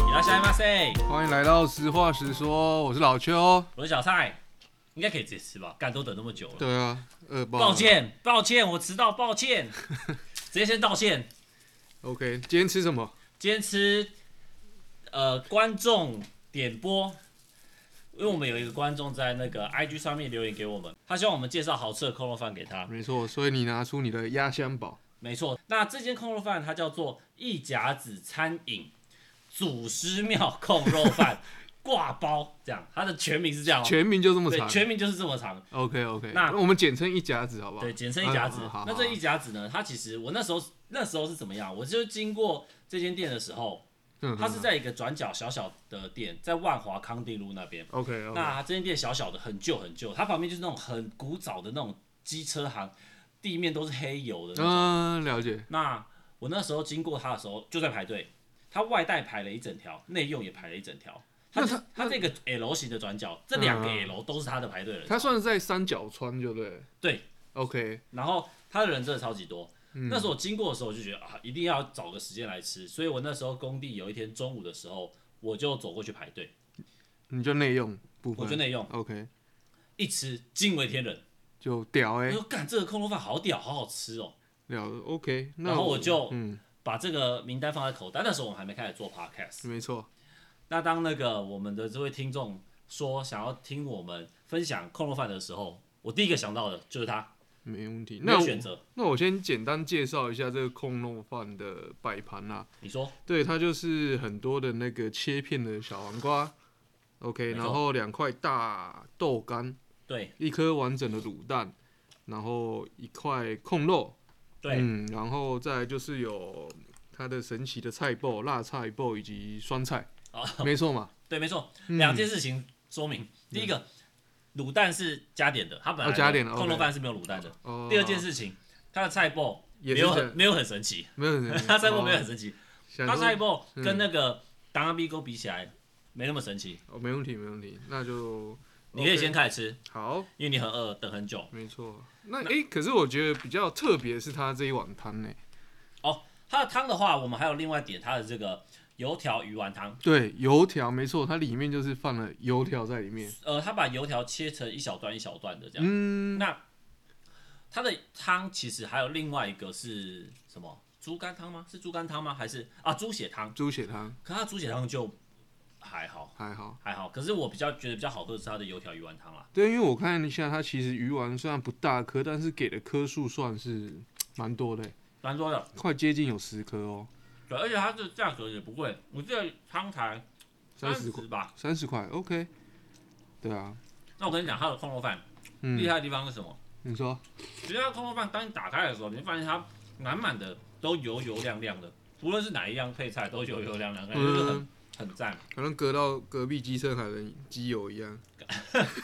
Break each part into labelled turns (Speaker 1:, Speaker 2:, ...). Speaker 1: 喂，
Speaker 2: 欢迎来到实话实说，我是老邱。
Speaker 1: 我是小蔡，应该可以直接吃吧？干都等那么久了，
Speaker 2: 对啊，恶爆。
Speaker 1: 抱。歉，抱歉，我迟到，抱歉， 直接先道歉。
Speaker 2: OK，今天吃什么？
Speaker 1: 今天吃呃观众点播，因为我们有一个观众在那个 IG 上面留言给我们，他希望我们介绍好吃的空肉饭给他。
Speaker 2: 没错，所以你拿出你的压箱宝。
Speaker 1: 没错，那这间空肉饭它叫做一甲子餐饮祖师庙空肉饭挂包，这样它的全名是这样、哦，
Speaker 2: 全名就这么
Speaker 1: 对，
Speaker 2: 长。
Speaker 1: 全名就是这么长。
Speaker 2: OK OK，
Speaker 1: 那
Speaker 2: 我们简称一甲子好不好？
Speaker 1: 对，简称一甲子
Speaker 2: 嗯嗯好。
Speaker 1: 那这
Speaker 2: 好
Speaker 1: 一甲子呢？它其实我那时候那时候是怎么样？我就经过这间店的时候，
Speaker 2: 嗯
Speaker 1: 它是在一个转角小小的店，在万华康定路那边。
Speaker 2: OK OK，
Speaker 1: 那这间店小小的，很旧很旧，它旁边就是那种很古早的那种机车行，地面都是黑油的那种。
Speaker 2: 嗯，了解。
Speaker 1: 那我那时候经过它的时候，就在排队。它外带排了一整条，内用也排了一整条。它
Speaker 2: 那
Speaker 1: 就
Speaker 2: 它
Speaker 1: 它这个 L 型的转角，这两个
Speaker 2: 嗯
Speaker 1: L 都是它的排队人。
Speaker 2: 它算是在三角川，就对。
Speaker 1: 对。
Speaker 2: OK，
Speaker 1: 然后他的人真的超级多。
Speaker 2: 嗯
Speaker 1: 那时候我经过的时候，我就觉得啊，一定要找个时间来吃。所以我那时候工地有一天中午的时候，我就走过去排队，
Speaker 2: 你就内用部分。
Speaker 1: 我就内用
Speaker 2: OK，
Speaker 1: 一吃惊为天人。
Speaker 2: 就屌
Speaker 1: 我
Speaker 2: 哎、
Speaker 1: 说干，这个空肉饭好屌，好好吃哦！
Speaker 2: 了 OK，那
Speaker 1: 然后我就
Speaker 2: 嗯，
Speaker 1: 把这个名单放在口袋。那时候我们还没开始做 podcast。
Speaker 2: 没错，
Speaker 1: 那当那个我们的这位听众说想要听我们分享空肉饭的时候，我第一个想到的就是他，
Speaker 2: 没问题。
Speaker 1: 没
Speaker 2: 那
Speaker 1: 有
Speaker 2: 我
Speaker 1: 选择。
Speaker 2: 那我先简单介绍一下这个控肉饭的摆盘啊啦。
Speaker 1: 你说
Speaker 2: 对，它就是很多的那个切片的小黄瓜，OK，
Speaker 1: 没错
Speaker 2: 然后两块大豆干，
Speaker 1: 对
Speaker 2: 一颗完整的卤蛋，然后一块控肉，
Speaker 1: 对、
Speaker 2: 嗯，然后再来就是有它的神奇的菜爆、辣菜爆以及酸菜，
Speaker 1: 哦
Speaker 2: 没 错嘛，
Speaker 1: 对，没错，
Speaker 2: 嗯
Speaker 1: 两件事情说明：第一个，卤蛋是加点的，它本来
Speaker 2: 哦加点的
Speaker 1: 空肉
Speaker 2: OK
Speaker 1: 饭是没有卤蛋的。
Speaker 2: 哦，
Speaker 1: 第二件事情，它的菜包
Speaker 2: 也
Speaker 1: 没
Speaker 2: 是
Speaker 1: 有
Speaker 2: 这
Speaker 1: 很
Speaker 2: 样
Speaker 1: 没有很神奇，
Speaker 2: 没有，没有
Speaker 1: 它菜包没有，
Speaker 2: 哦
Speaker 1: 很神奇，
Speaker 2: 想
Speaker 1: 它
Speaker 2: 说
Speaker 1: 菜包
Speaker 2: 嗯
Speaker 1: 跟那个当阿 B 哥比起来没那么神奇。
Speaker 2: 哦，没问题，没问题，那就
Speaker 1: 你可以
Speaker 2: OK，
Speaker 1: 先开始吃，
Speaker 2: 好，
Speaker 1: 因为你很饿，等很久。
Speaker 2: 没错。那诶，可是我觉得比较特别是它这一碗汤呢，
Speaker 1: 它的汤的话，我们还有另外点它的这个油条鱼丸汤，
Speaker 2: 对，油条没错，它里面就是放了油条在里面。
Speaker 1: 呃，它把油条切成一小段一小段的这样。
Speaker 2: 嗯，
Speaker 1: 那它的汤其实还有另外一个是什么？猪肝汤吗？是猪肝汤吗？还是啊猪血汤？
Speaker 2: 猪血汤
Speaker 1: 可它猪血汤就还好，
Speaker 2: 还好，
Speaker 1: 还好。可是我比较觉得比较好喝的是它的油条鱼丸汤啦。
Speaker 2: 对，因为我看一下，它其实鱼丸虽然不大颗，但是给的颗数算是蛮多的欸，
Speaker 1: 蛮多的，
Speaker 2: 快接近有十颗哦，
Speaker 1: 对，而且它的价格也不贵，我记得汤才
Speaker 2: 三
Speaker 1: 十
Speaker 2: 十块，
Speaker 1: 吧。
Speaker 2: 三十块，OK。对啊，
Speaker 1: 那我跟你讲，它的空肉饭
Speaker 2: 嗯
Speaker 1: 厉，害的地方是什么？
Speaker 2: 你说
Speaker 1: 其实它的空肉饭当你打开的时候，你会发现它满满的都油油亮亮的，无论是哪一样配菜都油油亮亮，感觉就是哎很、
Speaker 2: 嗯
Speaker 1: 很赞。
Speaker 2: 可能隔到隔壁鸡生海的鸡友一样。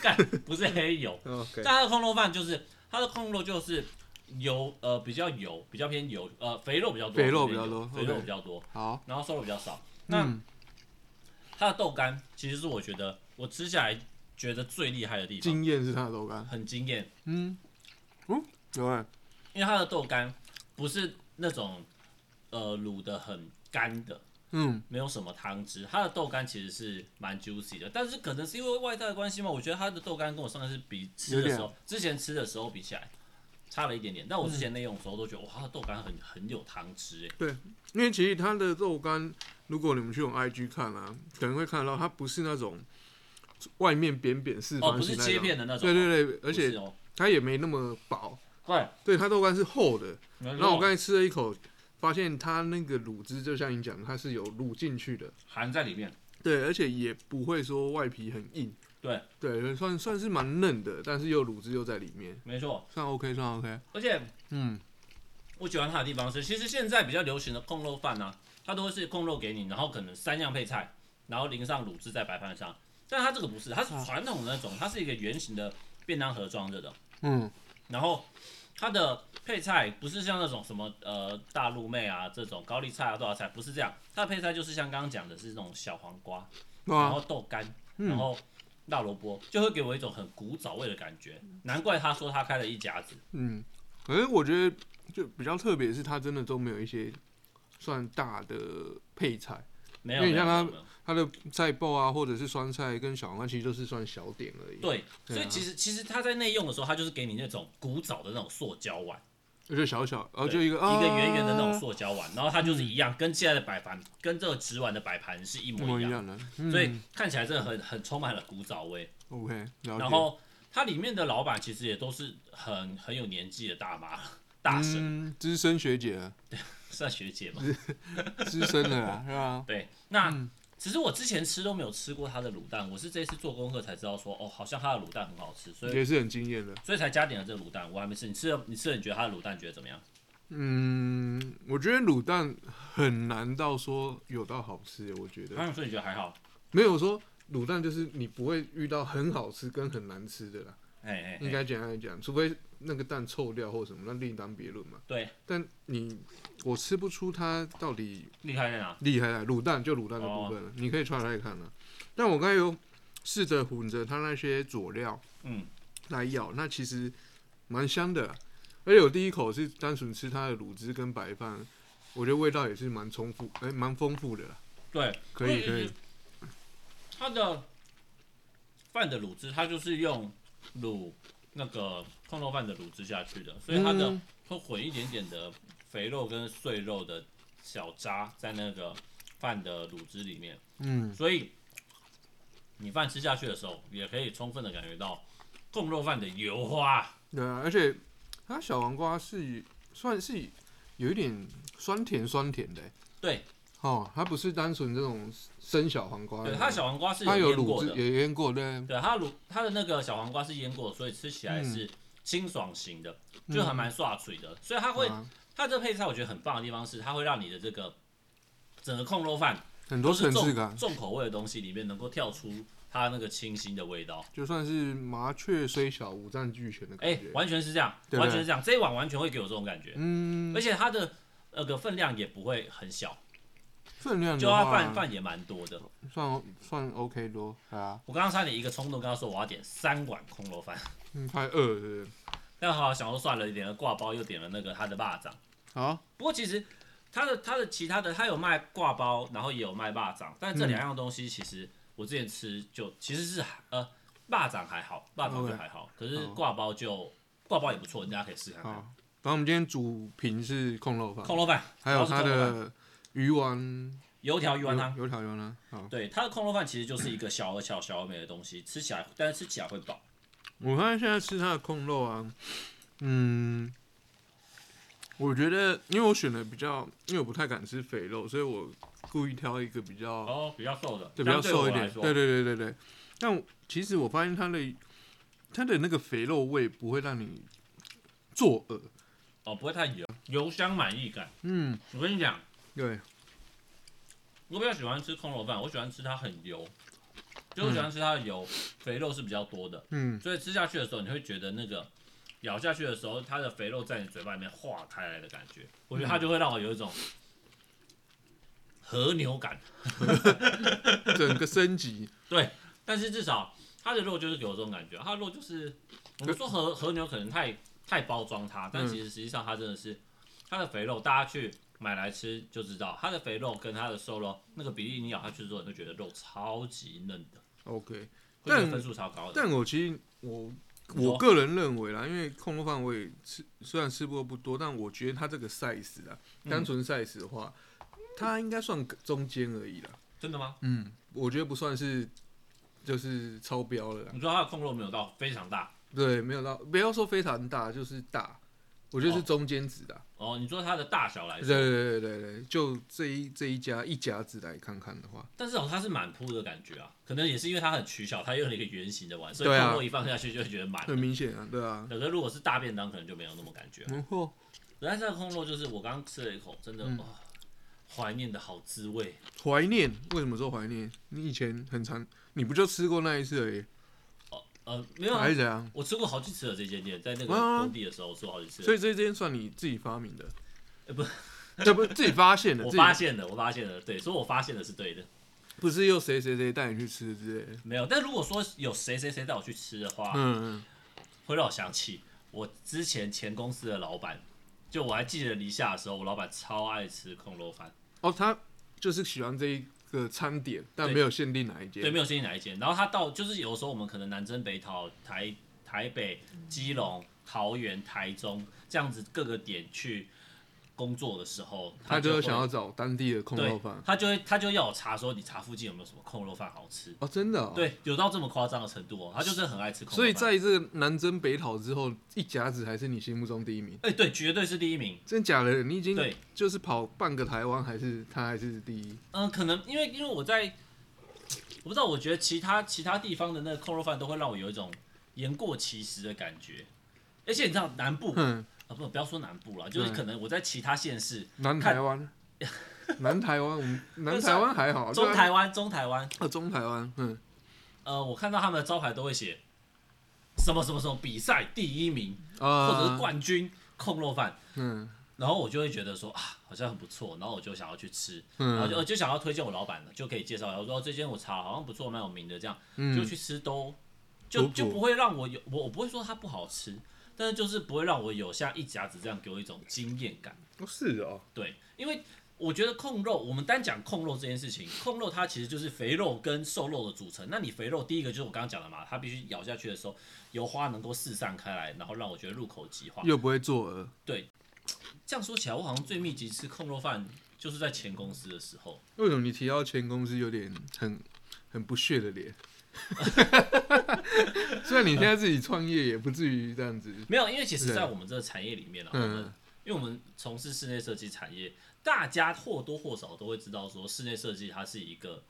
Speaker 1: 干，不是黑油，
Speaker 2: OK，
Speaker 1: 但它的空肉饭就是它的空肉就是油，呃，比较油，比较偏油，呃，肥肉比较多，
Speaker 2: 肥肉
Speaker 1: 这边有
Speaker 2: 比较多
Speaker 1: 肥肉
Speaker 2: OK
Speaker 1: 比较多，
Speaker 2: 好，
Speaker 1: 然后瘦肉比较少。那
Speaker 2: 嗯，
Speaker 1: 它的豆干其实是我觉得我吃下来觉得最厉害的地方，
Speaker 2: 经验是它的豆干，
Speaker 1: 很惊艳，
Speaker 2: 嗯，哦，有哎，
Speaker 1: 因为它的豆干不是那种呃卤的很干的，
Speaker 2: 嗯，
Speaker 1: 没有什么汤汁，它的豆干其实是蛮 juicy 的，但是可能是因为外在的关系嘛，我觉得它的豆干跟我上次比吃的时
Speaker 2: 有
Speaker 1: 候，之前吃的时候比起来差了一点点，但我之前内用的时候都觉得哇，它的豆干很很有汤汁
Speaker 2: 嗯
Speaker 1: 哎，
Speaker 2: 因为其实它的肉干，如果你们去我 IG 看啊，可能会看到它不是那种外面扁扁四
Speaker 1: 哦，
Speaker 2: 方
Speaker 1: 不
Speaker 2: 形
Speaker 1: 是
Speaker 2: 那
Speaker 1: 切
Speaker 2: 种，
Speaker 1: 片的那种
Speaker 2: 对
Speaker 1: 哦，
Speaker 2: 对对，
Speaker 1: 不
Speaker 2: 而
Speaker 1: 是
Speaker 2: 且
Speaker 1: 哦，
Speaker 2: 它也没那么薄，
Speaker 1: 对，
Speaker 2: 对，它豆干是厚的。
Speaker 1: 然
Speaker 2: 然后我刚才吃了一口，发现它那个卤汁就像你讲的，它是有卤进去的，
Speaker 1: 含在里面，
Speaker 2: 对，而且也不会说外皮很硬，
Speaker 1: 对
Speaker 2: 对，算算是蛮嫩的，但是又卤汁又在里面，
Speaker 1: 没错，
Speaker 2: 算 OK 算 OK，
Speaker 1: 而且
Speaker 2: 嗯，
Speaker 1: 我喜欢它的地方是，其实现在比较流行的控肉饭啊，它都会是控肉给你，然后可能三样配菜，然后淋上卤汁在白饭上。但它这个不是，它是
Speaker 2: 啊
Speaker 1: 传统的那种，它是一个圆形的便当盒装着的。
Speaker 2: 嗯，
Speaker 1: 然后它的配菜不是像那种什么呃大陆妹啊这种高丽菜啊豆芽菜，不是这样。它的配菜就是像刚刚讲的是那种小黄瓜，然
Speaker 2: 啊，
Speaker 1: 后豆干，然后大萝卜，就会给我一种很古早味的感觉。嗯难怪他说他开了一甲子，
Speaker 2: 嗯，可是我觉得就比较特别是它真的都没有一些算大的配菜，
Speaker 1: 没有
Speaker 2: 因为
Speaker 1: 没
Speaker 2: 你
Speaker 1: 有
Speaker 2: 像
Speaker 1: 没有
Speaker 2: 它
Speaker 1: 没有
Speaker 2: 它的菜爆啊，或者是酸菜跟小黄瓜，其实都是算小点而已。，
Speaker 1: 对，
Speaker 2: 对
Speaker 1: 所以
Speaker 2: 啊
Speaker 1: 其实其实他在内用的时候，他就是给你那种古早的那种塑胶碗，
Speaker 2: 就小小，然
Speaker 1: 对
Speaker 2: 后哦就一个
Speaker 1: 一个圆圆的那
Speaker 2: 啊
Speaker 1: 种塑胶碗，然后它就是一样，跟现在的摆盘，跟这个纸碗的摆盘是一
Speaker 2: 一模
Speaker 1: 模一
Speaker 2: 一
Speaker 1: 样，
Speaker 2: 样嗯的。
Speaker 1: 所以看起来真的很很充满了古早味。
Speaker 2: OK，
Speaker 1: 然
Speaker 2: 了解。
Speaker 1: 后它里面的老板其实也都是很很有年纪的大妈大 婶，
Speaker 2: 嗯，资深学姐了，
Speaker 1: 算学姐嘛。
Speaker 2: 资深的啦，是 吧？
Speaker 1: 对，
Speaker 2: 嗯
Speaker 1: 那其实我之前吃都没有吃过它的卤蛋，我是这次做功课才知道说，哦，好像它的卤蛋很好吃，所以
Speaker 2: 也是很惊艳的。
Speaker 1: 所以才加点了这个卤蛋。我还没吃，你吃了你吃了，你觉得它的卤蛋觉得怎么样？
Speaker 2: 嗯，我觉得卤蛋很难到说有到好吃，我觉得
Speaker 1: 嗯，所以你觉得还好？
Speaker 2: 没有说卤蛋就是你不会遇到很好吃跟很难吃的啦。
Speaker 1: 哎哎
Speaker 2: 应
Speaker 1: 哎，
Speaker 2: 该简单来讲，除非那个蛋臭掉或什么，那另当别论嘛。
Speaker 1: 对，
Speaker 2: 但你我吃不出它到底
Speaker 1: 厉害在哪？
Speaker 2: 厉害啊，卤蛋就卤蛋的
Speaker 1: 哦
Speaker 2: 部分了，啊你可以穿来看了、但我刚才有试着混着它那些佐料
Speaker 1: 嗯，
Speaker 2: 来咬，那其实蛮香的啊、而且我第一口是单纯吃它的卤汁跟白饭，我觉得味道也是蛮丰富，哎、蛮丰富的啦。
Speaker 1: 对，
Speaker 2: 可以可以。
Speaker 1: 它的饭的卤汁，它就是用卤那个空肉饭的卤汁下去的，所以它的
Speaker 2: 嗯
Speaker 1: 会混一点点的肥肉跟碎肉的小渣在那个饭的卤汁里面，
Speaker 2: 嗯，
Speaker 1: 所以你饭吃下去的时候，也可以充分的感觉到控肉饭的油花。
Speaker 2: 对啊，而且它小黄瓜是算是有一点酸甜酸甜的、欸
Speaker 1: 对
Speaker 2: 哦，它不是单纯这种生小黄瓜的
Speaker 1: 对，
Speaker 2: 那种，
Speaker 1: 它小黄瓜是
Speaker 2: 它
Speaker 1: 有
Speaker 2: 有
Speaker 1: 腌
Speaker 2: 卤
Speaker 1: 过
Speaker 2: 汁
Speaker 1: 的，
Speaker 2: 也腌过对，
Speaker 1: 对，它卤它的那个小黄瓜是腌过的，所以吃起来
Speaker 2: 嗯
Speaker 1: 是清爽型的，就还蛮刷嘴的，所以它会
Speaker 2: 对啊
Speaker 1: 它这个配菜我觉得很棒的地方是，它会让你的这个整个控肉饭
Speaker 2: 很
Speaker 1: 都
Speaker 2: 多
Speaker 1: 是
Speaker 2: 层次
Speaker 1: 重
Speaker 2: 感，
Speaker 1: 重口味的东西里面能够跳出它那个清新的味道。
Speaker 2: 就算是麻雀虽小，五脏俱全的
Speaker 1: 哎、
Speaker 2: 感觉。
Speaker 1: 完全是这样，
Speaker 2: 对不对
Speaker 1: 完全是这样，这一碗完全会给我这种感觉，
Speaker 2: 嗯，
Speaker 1: 而且它的那个分量也不会很小，
Speaker 2: 分量
Speaker 1: 就
Speaker 2: 嗯的
Speaker 1: 它
Speaker 2: 话，
Speaker 1: 饭饭也蛮多的。
Speaker 2: 算算 OK 多，对啊，
Speaker 1: 我刚刚差点一个冲动跟他说我要点三碗空肉饭，
Speaker 2: 嗯，太饿了是不是。
Speaker 1: 但好好想说算了，点了挂包又点了那个他的霸掌。
Speaker 2: 好，
Speaker 1: 不过其实它的它的其他的，它有卖挂包，然后也有卖霸掌，但这两样东西其实我之前吃就其实是呃霸掌还好，霸掌就还好，可是
Speaker 2: 好
Speaker 1: 挂包就挂包也不错，大家可以试看看。
Speaker 2: 好，然后我们今天主品是控肉饭，
Speaker 1: 空哎肉饭
Speaker 2: 还有
Speaker 1: 主要
Speaker 2: 它
Speaker 1: 是控肉
Speaker 2: 的鱼丸
Speaker 1: 油条鱼丸汤，
Speaker 2: 油油条鱼丸汤，好，
Speaker 1: 对它的空肉饭其实就是一个小而巧、小而美的东西，吃起来但是吃起来会饱。
Speaker 2: 我看现在吃它的控肉啊，嗯，我觉得因为我选的比较，因为我不太敢吃肥肉，所以我故意挑一个比较
Speaker 1: 哦，比较瘦的，
Speaker 2: 对，比较
Speaker 1: 相我
Speaker 2: 瘦一
Speaker 1: 来
Speaker 2: 点。
Speaker 1: 说
Speaker 2: 对对对对对。但我其实我发现它的它的那个肥肉味不会让你作恶。
Speaker 1: 哦，不会太油，油香满意感。
Speaker 2: 嗯，
Speaker 1: 我跟你讲，
Speaker 2: 对，
Speaker 1: 我比较喜欢吃空肉饭，我喜欢吃它很油，就我喜欢吃它的油，肥肉是比较多的，
Speaker 2: 嗯，
Speaker 1: 所以吃下去的时候，你会觉得那个咬下去的时候，它的肥肉在你嘴巴里面化开来的感觉，我觉得它就会让我有一种和牛感。
Speaker 2: 整个升级。
Speaker 1: 但是至少它的肉就是给我这种感觉，它的肉就是我们说和和牛可能太太包装它，但
Speaker 2: 嗯
Speaker 1: 其实实际上它真的是它的肥肉，大家去买来吃就知道，它的肥肉跟它的瘦肉那个比例，你咬下去之后，你会觉得肉超级嫩的，
Speaker 2: OK，
Speaker 1: 会觉得
Speaker 2: 但
Speaker 1: 分数超高的。
Speaker 2: 但我其实我
Speaker 1: 你说
Speaker 2: 我个人认为啦，因为控肉饭我也吃，虽然吃过不多，但我觉得它这个 size 啊，
Speaker 1: 嗯
Speaker 2: 单纯 size 的话，它应该算中间而已啦。
Speaker 1: 真的吗？
Speaker 2: 嗯，我觉得不算是就是超标了啦。
Speaker 1: 你说它的控肉没有到非常大
Speaker 2: 对，没有到不要说非常大，就是大，我觉得是
Speaker 1: 哦
Speaker 2: 中间值的啊。
Speaker 1: 哦？你说它的大小来
Speaker 2: 对
Speaker 1: 说，
Speaker 2: 啊对对对对，就这一这一家一家子来看看的话，
Speaker 1: 但是哦，它是满铺的感觉啊，可能也是因为它很取巧，它用了一个圆形的碗，所以
Speaker 2: 对啊
Speaker 1: 控肉一放下去就会觉得满。
Speaker 2: 很明嗯显啊，对啊，
Speaker 1: 可是如果是大便当，可能就没有那么感觉。
Speaker 2: 然后
Speaker 1: 但是它的空肉就是我刚刚吃了一口，真
Speaker 2: 嗯
Speaker 1: 的哇，怀、念的好滋味。
Speaker 2: 怀念，为什么说怀念？你以前很常，你不就吃过那一次而已，
Speaker 1: 呃，没有、啊
Speaker 2: 还，是怎样？
Speaker 1: 我吃过好几次了这间店，在那个
Speaker 2: 啊
Speaker 1: 工地的时候我吃过好几次
Speaker 2: 所
Speaker 1: 了。
Speaker 2: 以这间算你自己发明的，
Speaker 1: 呃 不，
Speaker 2: 这不是自己发现的，
Speaker 1: 我
Speaker 2: 自己
Speaker 1: 发现了，我发现了，对，所以我发现的是对的。
Speaker 2: 不是又谁谁谁带你去吃之类的，
Speaker 1: 没有，但如果说有谁谁谁带我去吃的话，
Speaker 2: 嗯嗯，
Speaker 1: 会让我想起我之前前公司的老板，就我还记得离下的时候，我老板超爱吃空肉饭。
Speaker 2: 哦，他就是喜欢这一个餐点，但
Speaker 1: 对
Speaker 2: 没有限定哪一间。
Speaker 1: 对，没有限定哪一间。然后他到就是有时候我们可能南征北讨，台台北、基隆、桃园、台中这样子各个点去工作的时候，
Speaker 2: 他就
Speaker 1: 会
Speaker 2: 想要找当地的空肉
Speaker 1: 对
Speaker 2: 饭，
Speaker 1: 他就会他就要我查说你查附近有没有什么空肉饭好吃。
Speaker 2: 哦，真的、哦。。
Speaker 1: 对，有到这么夸张的程度哦，他就是很爱吃空肉饭。
Speaker 2: 所以在这个南征北讨之后，一甲子还是你心目中第一名？
Speaker 1: 哎、对，绝对是第一名。
Speaker 2: 真假的？你已经
Speaker 1: 对
Speaker 2: 就是跑半个台湾，还是他还是第一？
Speaker 1: 嗯、可能因为因为我在，我不知道，我觉得其他其他地方的那个空肉饭都会让我有一种言过其实的感觉。而且你知道南部啊、
Speaker 2: 哼，
Speaker 1: 不不要说南部了，就是
Speaker 2: 对
Speaker 1: 可能我在其他县市，
Speaker 2: 南台湾，南台湾，我们南台湾还好，
Speaker 1: 中
Speaker 2: 对啊
Speaker 1: 台湾中台湾，
Speaker 2: 啊，中台湾，嗯，
Speaker 1: 呃，我看到他们的招牌都会写什么什么什么比赛第一名，
Speaker 2: 啊，
Speaker 1: 或者是冠军控肉饭，
Speaker 2: 嗯
Speaker 1: 然后我就会觉得说啊，好像很不错，然后我就想要去吃，然后
Speaker 2: 嗯
Speaker 1: 就呃就想要推荐我老板的，就可以介绍，我说哦这间我查好像不错，蛮有名的，这样就
Speaker 2: 嗯，
Speaker 1: 去吃都就
Speaker 2: 不
Speaker 1: 就不会让我有我我不会说它不好吃，但是就是不会让我有像一甲子这样给我一种惊艳感。
Speaker 2: 哦是哦，
Speaker 1: 对，因为我觉得控肉，我们单讲控肉这件事情，控肉它其实就是肥肉跟瘦肉的组成。那你肥肉第一个就是我刚刚讲的嘛，它必须咬下去的时候，油花能够四散开来，然后让我觉得入口即化。
Speaker 2: 又不会作恶，
Speaker 1: 这样说起来，我好像最密集吃控肉饭就是在前公司的时候，
Speaker 2: 为什么你提到前公司有点很很不屑 的脸？虽然你现在自己创业，也不至于这样子。
Speaker 1: 没有，因为其实，
Speaker 2: 对
Speaker 1: 在我们这个产业里面啊，我们
Speaker 2: 嗯，
Speaker 1: 因为我们从事室内设计产业，大家或多或少都会知道说，室内设计它是一个、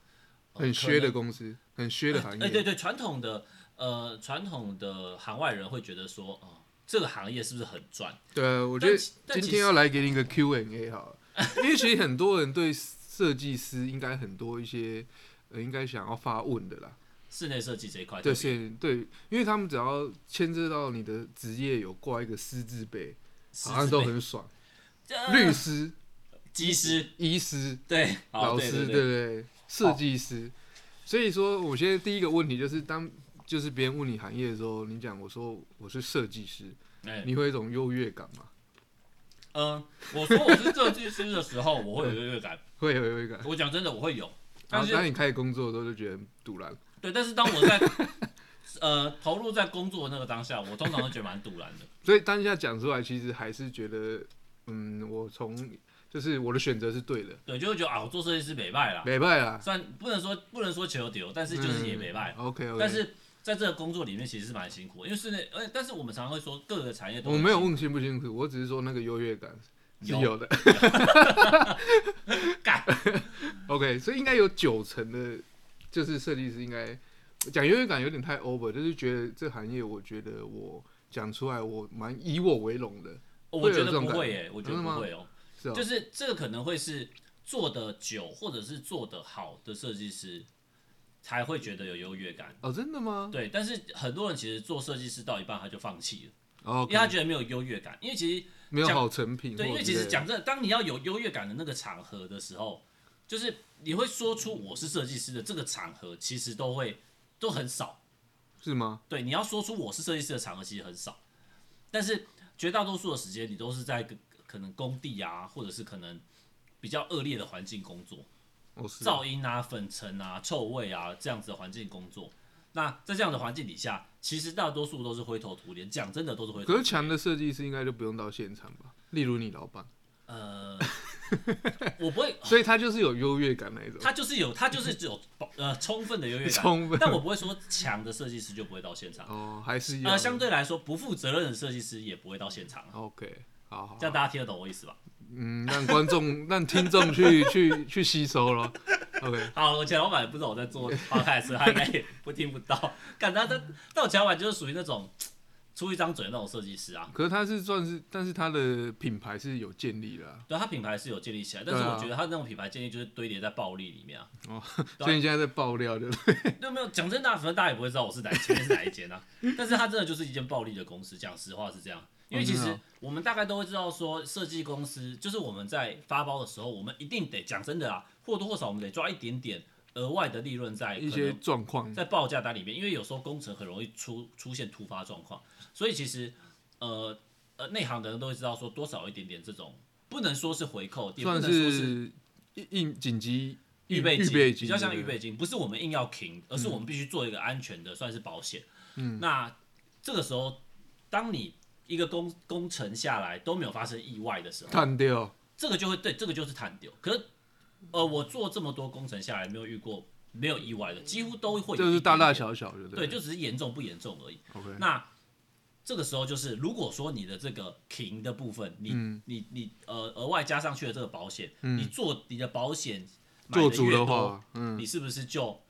Speaker 1: 呃
Speaker 2: 很
Speaker 1: 可
Speaker 2: 削
Speaker 1: 能
Speaker 2: 的公司，很削的行
Speaker 1: 哎、 对
Speaker 2: 业。
Speaker 1: 对，传统的呃，传统的行外人会觉得说，哦、这个行业是不是很赚？
Speaker 2: 对啊，我觉得
Speaker 1: 但其但
Speaker 2: 今
Speaker 1: 其
Speaker 2: 天
Speaker 1: 实
Speaker 2: 要来给你一个 Q&A 好了，因为其实很多人对设计师应该很多一些呃，应该想要发问的啦。
Speaker 1: 室内设计这一块，
Speaker 2: 对，
Speaker 1: 特别
Speaker 2: 是，对，因为他们只要牵涉到你的职业有挂一个师字辈，
Speaker 1: 狮
Speaker 2: 好像
Speaker 1: 子
Speaker 2: 都
Speaker 1: 辈嗯
Speaker 2: 很爽。
Speaker 1: 这
Speaker 2: 律师、
Speaker 1: 技师，
Speaker 2: 医师、
Speaker 1: 对，好
Speaker 2: 老
Speaker 1: 对
Speaker 2: 师，
Speaker 1: 哦对
Speaker 2: 对对，设计师。所以说，我现在第一个问题就是，当就是别人问你行业的时候，你讲我说我是设计师，
Speaker 1: 哎、
Speaker 2: 你会有一种优越感吗？
Speaker 1: 嗯，我说我是设计师的时候，我会有优越感。
Speaker 2: 会有优越感。
Speaker 1: 我讲真的，我会有，
Speaker 2: 然
Speaker 1: 但
Speaker 2: 后当
Speaker 1: 是
Speaker 2: 你开始工作的时候，就觉得很堵然。
Speaker 1: 对，但是当我在呃投入在工作的那个当下，我通常都觉得蛮堵然的。
Speaker 2: 所以当下讲出来，其实还是觉得，嗯，我从就是我的选择是对的，
Speaker 1: 对，就会觉得啊，我做设计师美败啦，
Speaker 2: 没嗯败啦。
Speaker 1: 虽然不能说不能说求丢，但是就是也美败。
Speaker 2: OK OK。
Speaker 1: 但是在这个工作里面其实是蛮辛苦的，因为室内，呃，但是我们常常会说各个产业都
Speaker 2: 我
Speaker 1: 很
Speaker 2: 没有
Speaker 1: 辛
Speaker 2: 问辛不辛苦，我只是说那个优越感是
Speaker 1: 有
Speaker 2: 有的。
Speaker 1: 干
Speaker 2: OK，所以应该有九成的，就是设计师应该讲优越感有点太 over，就是觉得这行业，我觉得我讲出来，我蛮以我为荣的，
Speaker 1: 苦，哦
Speaker 2: 会
Speaker 1: 我
Speaker 2: 有
Speaker 1: 觉
Speaker 2: 这
Speaker 1: 得
Speaker 2: 种
Speaker 1: 不
Speaker 2: 感
Speaker 1: 会
Speaker 2: 觉
Speaker 1: 耶、我觉得
Speaker 2: 真的吗
Speaker 1: 不会哦、
Speaker 2: 是吧、
Speaker 1: 就是这个可能会是做的久或者是做的好的设计师才会觉得有优越感。
Speaker 2: 哦，真的吗？
Speaker 1: 对，但是很多人其实做设计师到一半他就放弃了，
Speaker 2: 哦
Speaker 1: 因为他觉得没有优越感。因为其实
Speaker 2: 没有
Speaker 1: 讲
Speaker 2: 好成品或
Speaker 1: 对，
Speaker 2: 者之类的，
Speaker 1: 因为其实讲真的，当你要有优越感的那个场合的时候，就是你会说出我是设计师的这个场合，其实都会都很少。
Speaker 2: 是吗？
Speaker 1: 对，你要说出我是设计师的场合其实很少，但是绝大多数的时间你都是在个可能工地啊，或者是可能比较恶劣的环境工作，
Speaker 2: 哦，是
Speaker 1: 噪音啊、粉尘啊、臭味啊这样子的环境工作。那在这样的环境底下，其实大多数都是灰头土脸，讲真的都是灰头
Speaker 2: 可是强的设计师应该就不用到现场吧？例如你老板，
Speaker 1: 呃， 我不会，
Speaker 2: 所以他就是有优越感那一种，
Speaker 1: 他就是有，他就是 有呃充分的优越感，
Speaker 2: 充分
Speaker 1: 但我不会说强的设计师就不会到现场，
Speaker 2: 哦，还是要
Speaker 1: 呃，相对来说不负责任的设计师也不会到现场，
Speaker 2: 哦 OK，好好
Speaker 1: 这，样大家听得懂我意思吧？
Speaker 2: 嗯，让观众 让听众去去去吸收咯。OK，
Speaker 1: 好，我前老板也不知道我在做 podcast，他应该也不听不到。 感他他，但我前老板就是属于那种出一张嘴的那种设计师啊。
Speaker 2: 可是他是算是，但是他的品牌是有建立的、啊，
Speaker 1: 对他品牌是有建立起来，但是
Speaker 2: 对啊
Speaker 1: 我觉得他那种品牌建立就是堆叠在暴力里面啊。对啊
Speaker 2: 所以你现在在爆料就
Speaker 1: 对，啊没有讲真的啊，反正大家也不会知道我是哪一间是哪一间 啊。但是他真的就是一间暴力的公司，讲实话是这样。因为其
Speaker 2: 真的
Speaker 1: 实
Speaker 2: 哦
Speaker 1: 我们大概都会知道说，设计公司就是我们在发包的时候，我们一定得讲真的啊，或多或少我们得抓一点点额外的利润在
Speaker 2: 一
Speaker 1: 可能
Speaker 2: 些状况，
Speaker 1: 在报价单里面，因为有时候工程很容易出出现突发状况，所以其实呃呃内行的人都会知道说多少有一点点这种，不能说是回扣，也不
Speaker 2: 算
Speaker 1: 能说是
Speaker 2: 是应应紧急
Speaker 1: 预备金，
Speaker 2: 预备金
Speaker 1: 比较像
Speaker 2: 对嗯
Speaker 1: 预备金，不是我们硬要停，而是我们必须做一个安全的，算是保险。嗯，那这个时候，当你一个工工程下来都没有发生意外的时候，
Speaker 2: 探掉，
Speaker 1: 这个就会对，这个就是探丢。可是，呃，我做这么多工程下来，没有遇过没有意外的，几乎都会有
Speaker 2: 就是
Speaker 1: 一
Speaker 2: 大
Speaker 1: 点
Speaker 2: 大
Speaker 1: 点
Speaker 2: 小嗯小的，
Speaker 1: 对，就只是严重不严重而已。
Speaker 2: OK，
Speaker 1: 那这个时候就是，如果说你的这个停的部分，你、
Speaker 2: 嗯
Speaker 1: 你你呃额外加上去的这个保险，你做你的保险买
Speaker 2: 做
Speaker 1: 得
Speaker 2: 足
Speaker 1: 越
Speaker 2: 的
Speaker 1: 多，
Speaker 2: 话，嗯，
Speaker 1: 你是不是就